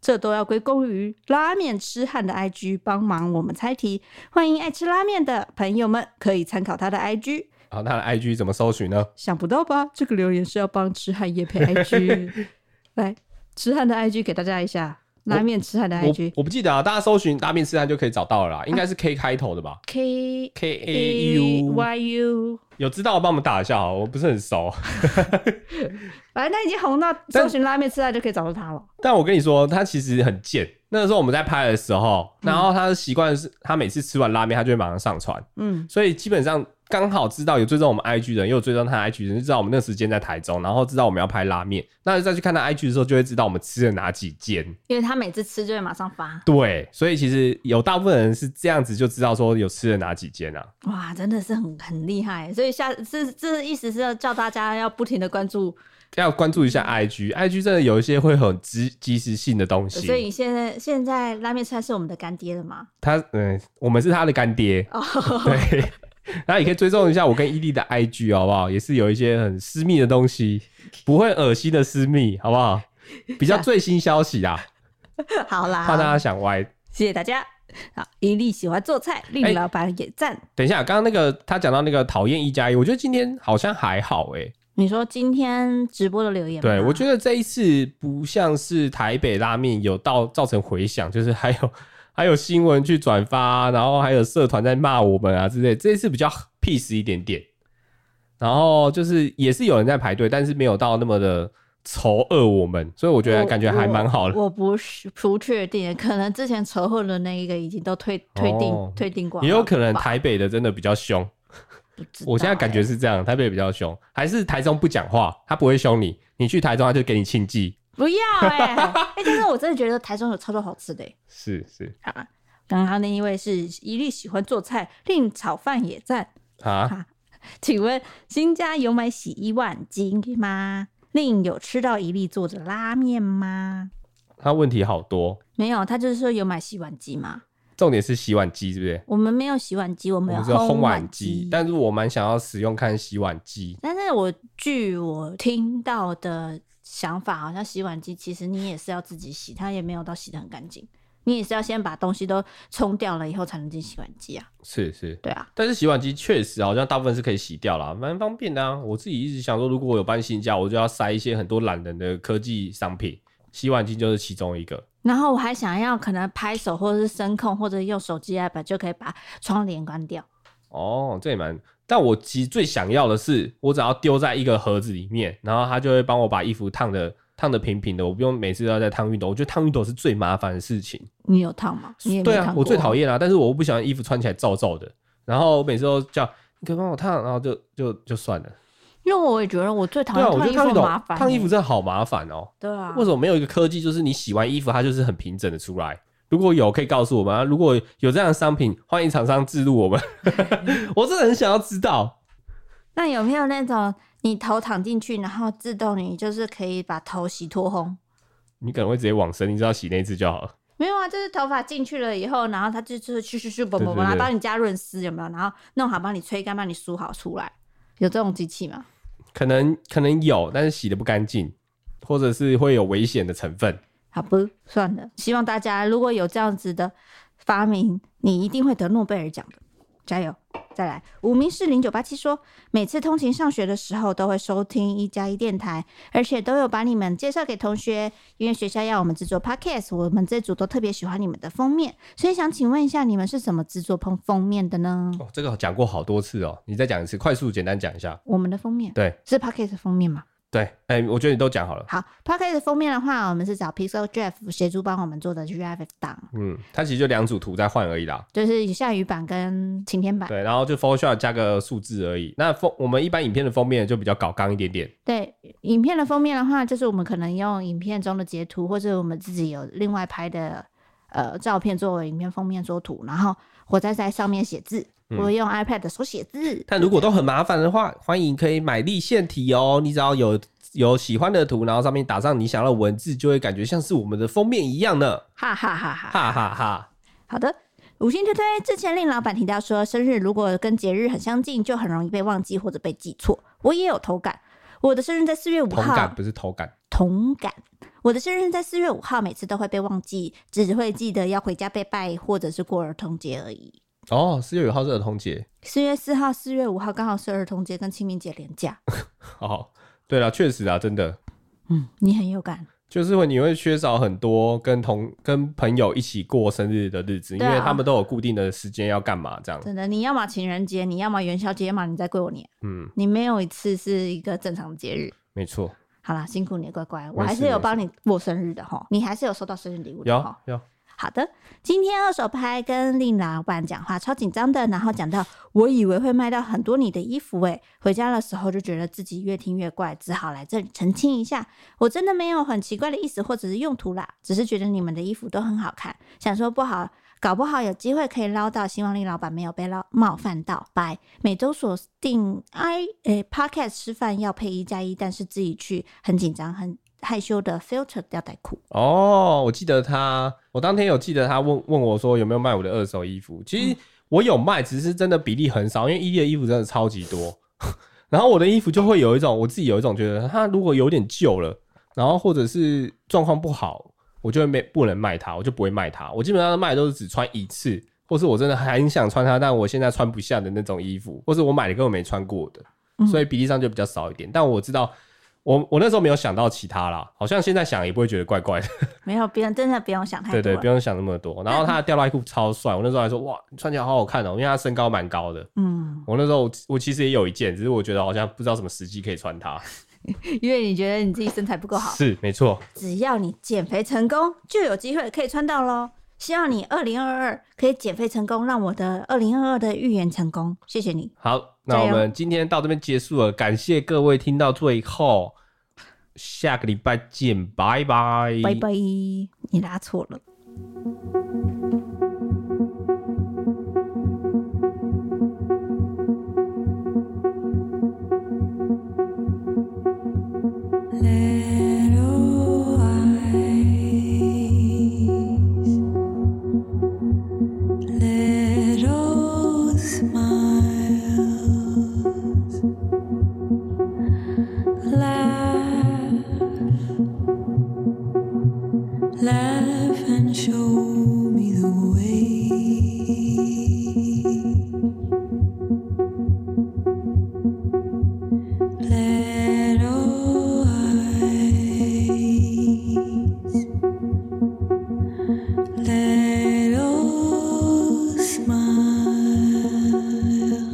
这都要归功于拉面痴汉的 IG 帮忙我们猜题，欢迎爱吃拉面的朋友们可以参考他的 IG。
好，他的 IG 怎么搜寻呢？
想不到吧？这个留言是要帮痴汉叶配 IG，来， 痴汉的 IG 给大家一下，拉面痴汉的
我
IG
我不记得啊，大家搜寻大面吃汉就可以找到了啦，应该是 K 开头的吧、
K
啊 k A
A
U，
Y U，
有知道的帮我们打一下好了，我不是很熟。
反正他已经红到
但
搜寻拉面痴汉就可以找到他了。
但我跟你说，他其实很贱。那时候我们在拍的时候，然后他的习惯是，他每次吃完拉面，他就会马上上传，
嗯，
所以基本上刚好知道有追踪我们 IG 的人，也有追踪他的 IG 的人，就知道我们那时间在台中，然后知道我们要拍拉面，那再去看他 IG 的时候，就会知道我们吃了哪几间。
因为他每次吃就会马上发，
对，所以其实有大部分人是这样子就知道说有吃了哪几间啊。
哇，真的是很很厉害。所以下这这意思是要叫大家要不停的关注，
要关注一下 IG，IG 真的有一些会很及及时性的东
所以
西。
你现在现在拉面痴汉是我们的干爹了吗？
他嗯，我们是他的干爹，
哦
对。然后也可以追踪一下我跟伊利的 IG 好不好？也是有一些很私密的东西，不会恶心的私密，好不好？比较最新消息啊，
好啦，
怕大家想歪。
谢谢大家。好，伊利喜欢做菜，令
哎
老板也赞。
等一下，刚刚那个他讲到那个讨厌一加一，我觉得今天好像还好欸诶、
你说今天直播的留言吗，
对，我觉得这一次不像是台北拉面有到造成回响，就是还有还有新闻去转发，啊然后还有社团在骂我们啊之类。这一次比较 peace 一点点，然后就是也是有人在排队，但是没有到那么的仇恶我们，所以我觉得
我
感觉还蛮好的。
我我不是不确定，可能之前仇恨的那一个已经都退退订、
哦
退订光了吧，
也有可能台北的真的比较凶，
不知道
我现在感觉
欸
是这样，台北比较凶，还是台中不讲话，他不会凶你，你去台中他就给你庆忌，
不要哎、哎、但是我真的觉得台中有超多好吃的、欸。
是是
刚刚那一位是一律喜欢做菜，令炒饭也赞。
啊，
请问新家有买洗衣碗巾吗？令有吃到一粒做的拉面吗？
他问题好多。
没有，他就是说有买洗碗机嘛。
重点是洗碗机，是不是？
我们没有洗碗机，我
我
们有
们是烘碗
碗
机，但是我蛮想要使用看洗碗机。
但是我据我听到的想法，好像洗碗机其实你也是要自己洗，它也没有到洗的很干净，你也是要先把东西都冲掉了以后才能进洗碗机啊。
是是，
对啊，
但是洗碗机确实好像大部分是可以洗掉啦，蛮方便的啊。我自己一直想说，如果我有搬新家，我就要塞一些很多懒人的科技商品，洗碗机就是其中一个。
然后我还想要可能拍手或者是声控或者用手机 app 就可以把窗帘关掉。
哦，这也蛮但我其实最想要的是，我只要丢在一个盒子里面，然后它就会帮我把衣服烫的烫的平平的，我不用每次都要再烫熨斗。我觉得烫熨斗是最麻烦的事情。
你有烫吗？你也没
对啊
烫，
我最
过
讨厌啊，但是我又不喜欢衣服穿起来皱皱的。然后我每次都叫你可以帮我烫，然后就就就算了。
因为我也觉得我最讨
对啊，我觉得烫
厌
熨
烫衣服麻
斗
烦，欸
烫衣服，真的好麻烦哦。
对啊，
为什么没有一个科技，就是你洗完衣服它就是很平整的出来？如果有，可以告诉我们啊。如果有这样的商品，欢迎厂商置入我们。 我真的很想要知道。
那有没有那种你头躺进去，然后自动你就是可以把头洗脱烘？
你可能会直接往生，你只要洗那一次就好了。
没有啊，就是头发进去了以后，然后它就是咻咻咻
对
嘣嘣
对
嘣，然后
对
帮你加润丝，有没有？然后弄好帮你吹干，帮你梳好出来，有这种机器吗？
可能可能有，但是洗的不干净，或者是会有危险的成分。
好不，算了。希望大家如果有这样子的发明，你一定会得诺贝尔奖的，加油！再来，无名氏零九八七说，每次通勤上学的时候都会收听一加一电台，而且都有把你们介绍给同学，因为学校要我们制作 podcast，我们这组都特别喜欢你们的封面，所以想请问一下，你们是怎么制作封封面的呢？
哦，这个讲过好多次哦，你再讲一次，快速简单讲一下。
我们的封面
对
是 podcast 封面吗？
对，哎、我觉得你都讲好了。
好，podcast 封面的话，我们是找 Pixel Jeff 协助帮我们做的 GIF 档，
嗯，它其实就两组图在换而已啦。
就是下雨版跟晴天版。
对，然后就 Photoshop 加个数字而已。那封我们一般影片的封面就比较搞刚一点点。
对，影片的封面的话，就是我们可能用影片中的截图，或者我们自己有另外拍的呃照片作为影片封面作图，然后我再在上面写字，我用 iPad 的手写字。
但嗯如果都很麻烦的话，欢迎可以买立线体哦。你只要有有喜欢的图，然后上面打上你想要的文字，就会感觉像是我们的封面一样呢。
哈哈哈哈！
哈哈哈！
好的，五星推推。之前令老板提到说，生日如果跟节日很相近，就很容易被忘记或者被记错。我也有同感，我的生日在四月五
同
号。
感不是头感。
同感。我的生日在四月五号，每次都会被忘记，只会记得要回家拜拜或者是过儿童节而已。
哦，四月五号是儿童节。
四月四号、四月五号刚好是儿童节跟清明节连假。
哦，对了，确实啊，真的
嗯，你很有感。
就是会你会缺少很多跟同跟朋友一起过生日的日子，因
对啊
为他们都有固定的时间要干嘛这样。
真的，你要么情人节，你要么元宵节，要么你在过年，
嗯，
你没有一次是一个正常的节日。
没错，
好啦，辛苦你了乖乖，我
没事
还是有帮你过生日的哈，你还是有收到生日礼物的
有
哈。
有。
好的，今天二手拍跟令老板讲话超紧张的，然后讲到我以为会卖到很多你的衣服诶、回家的时候就觉得自己越听越怪，只好来这里澄清一下，我真的没有很奇怪的意思或者是用途啦，只是觉得你们的衣服都很好看，想说不好。搞不好有机会可以捞到，希望令老板没有被捞冒犯到。拜，每周锁定 i 诶 podcast 吃饭要配一加一，但是自己去很紧张、很害羞的 filter 吊带裤。
哦，我记得他，我当天有记得他问问我说有没有卖我的二手衣服，
嗯
其实我有卖，只是真的比例很少，因为伊利的衣服真的超级多， 然后我的衣服就会有一种我自己有一种觉得它如果有点旧了，然后或者是状况不好，我就会没不能卖它，我就不会卖它，我基本上卖都是只穿一次，或是我真的很想穿它，但我现在穿不下的那种衣服，或是我买了根本没穿过的，
嗯
所以比例上就比较少一点，但我知道。我我那时候没有想到其他啦，好像现在想也不会觉得怪怪的。
没有，不用，真的不用想太多
对
了。
对，不用想那么多。 然后他的吊带裤超帅，我那时候还说哇，穿起来好好看哦、因为他身高蛮高的。
嗯，
我那时候我我其实也有一件，只是我觉得好像不知道什么时机可以穿 它。
因为你觉得你自己身材不够好，
是没错，
只要你减肥成功，就有机会可以穿到喽。希望你二零二二可以减肥成功，让我的二零二二的预言成功。谢谢你，
好，那
加
我
油
们今天到这边结束了，感谢各位听到最后，下个礼拜见，拜拜，
拜拜。你拉错了。
Little eyes, little smiles, laugh, laugh and show me the way. Little eyes, little smiles,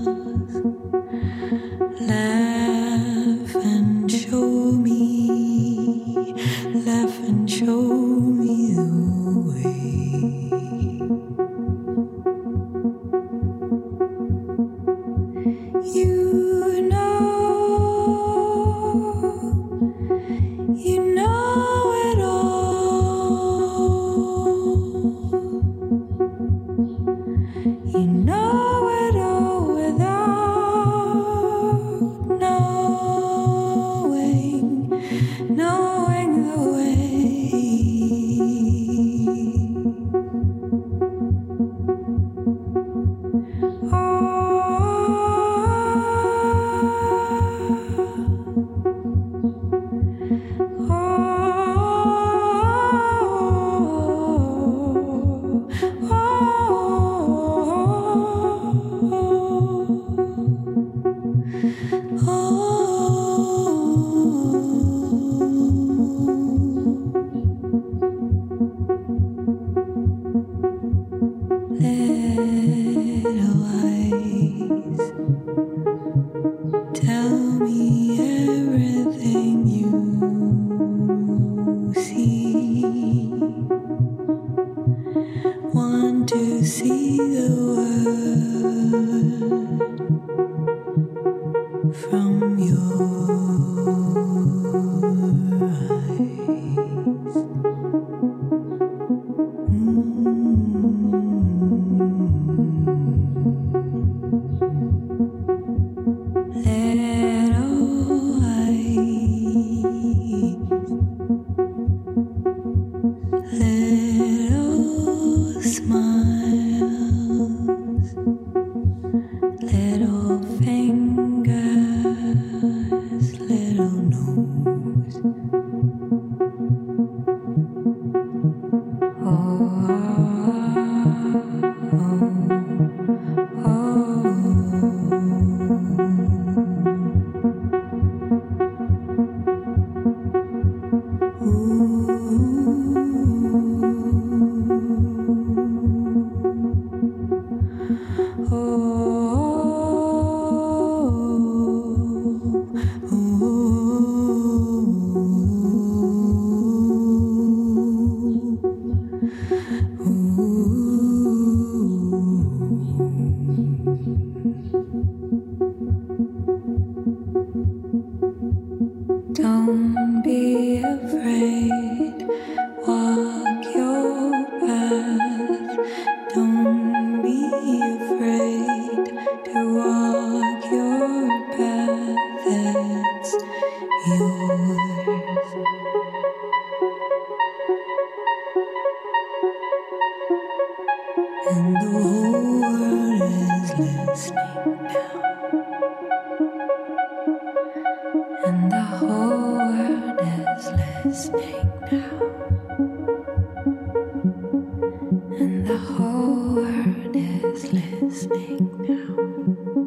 want to see the world from your eyes. Mm. Let all eyes Little smiles, little fingers, little nose. Oh, Don't be afraid. Walk your path. Don't be afraid to walk your path. That's yours. And the whole world is listening now. And the whole world is listening now. And the whole world is listening now.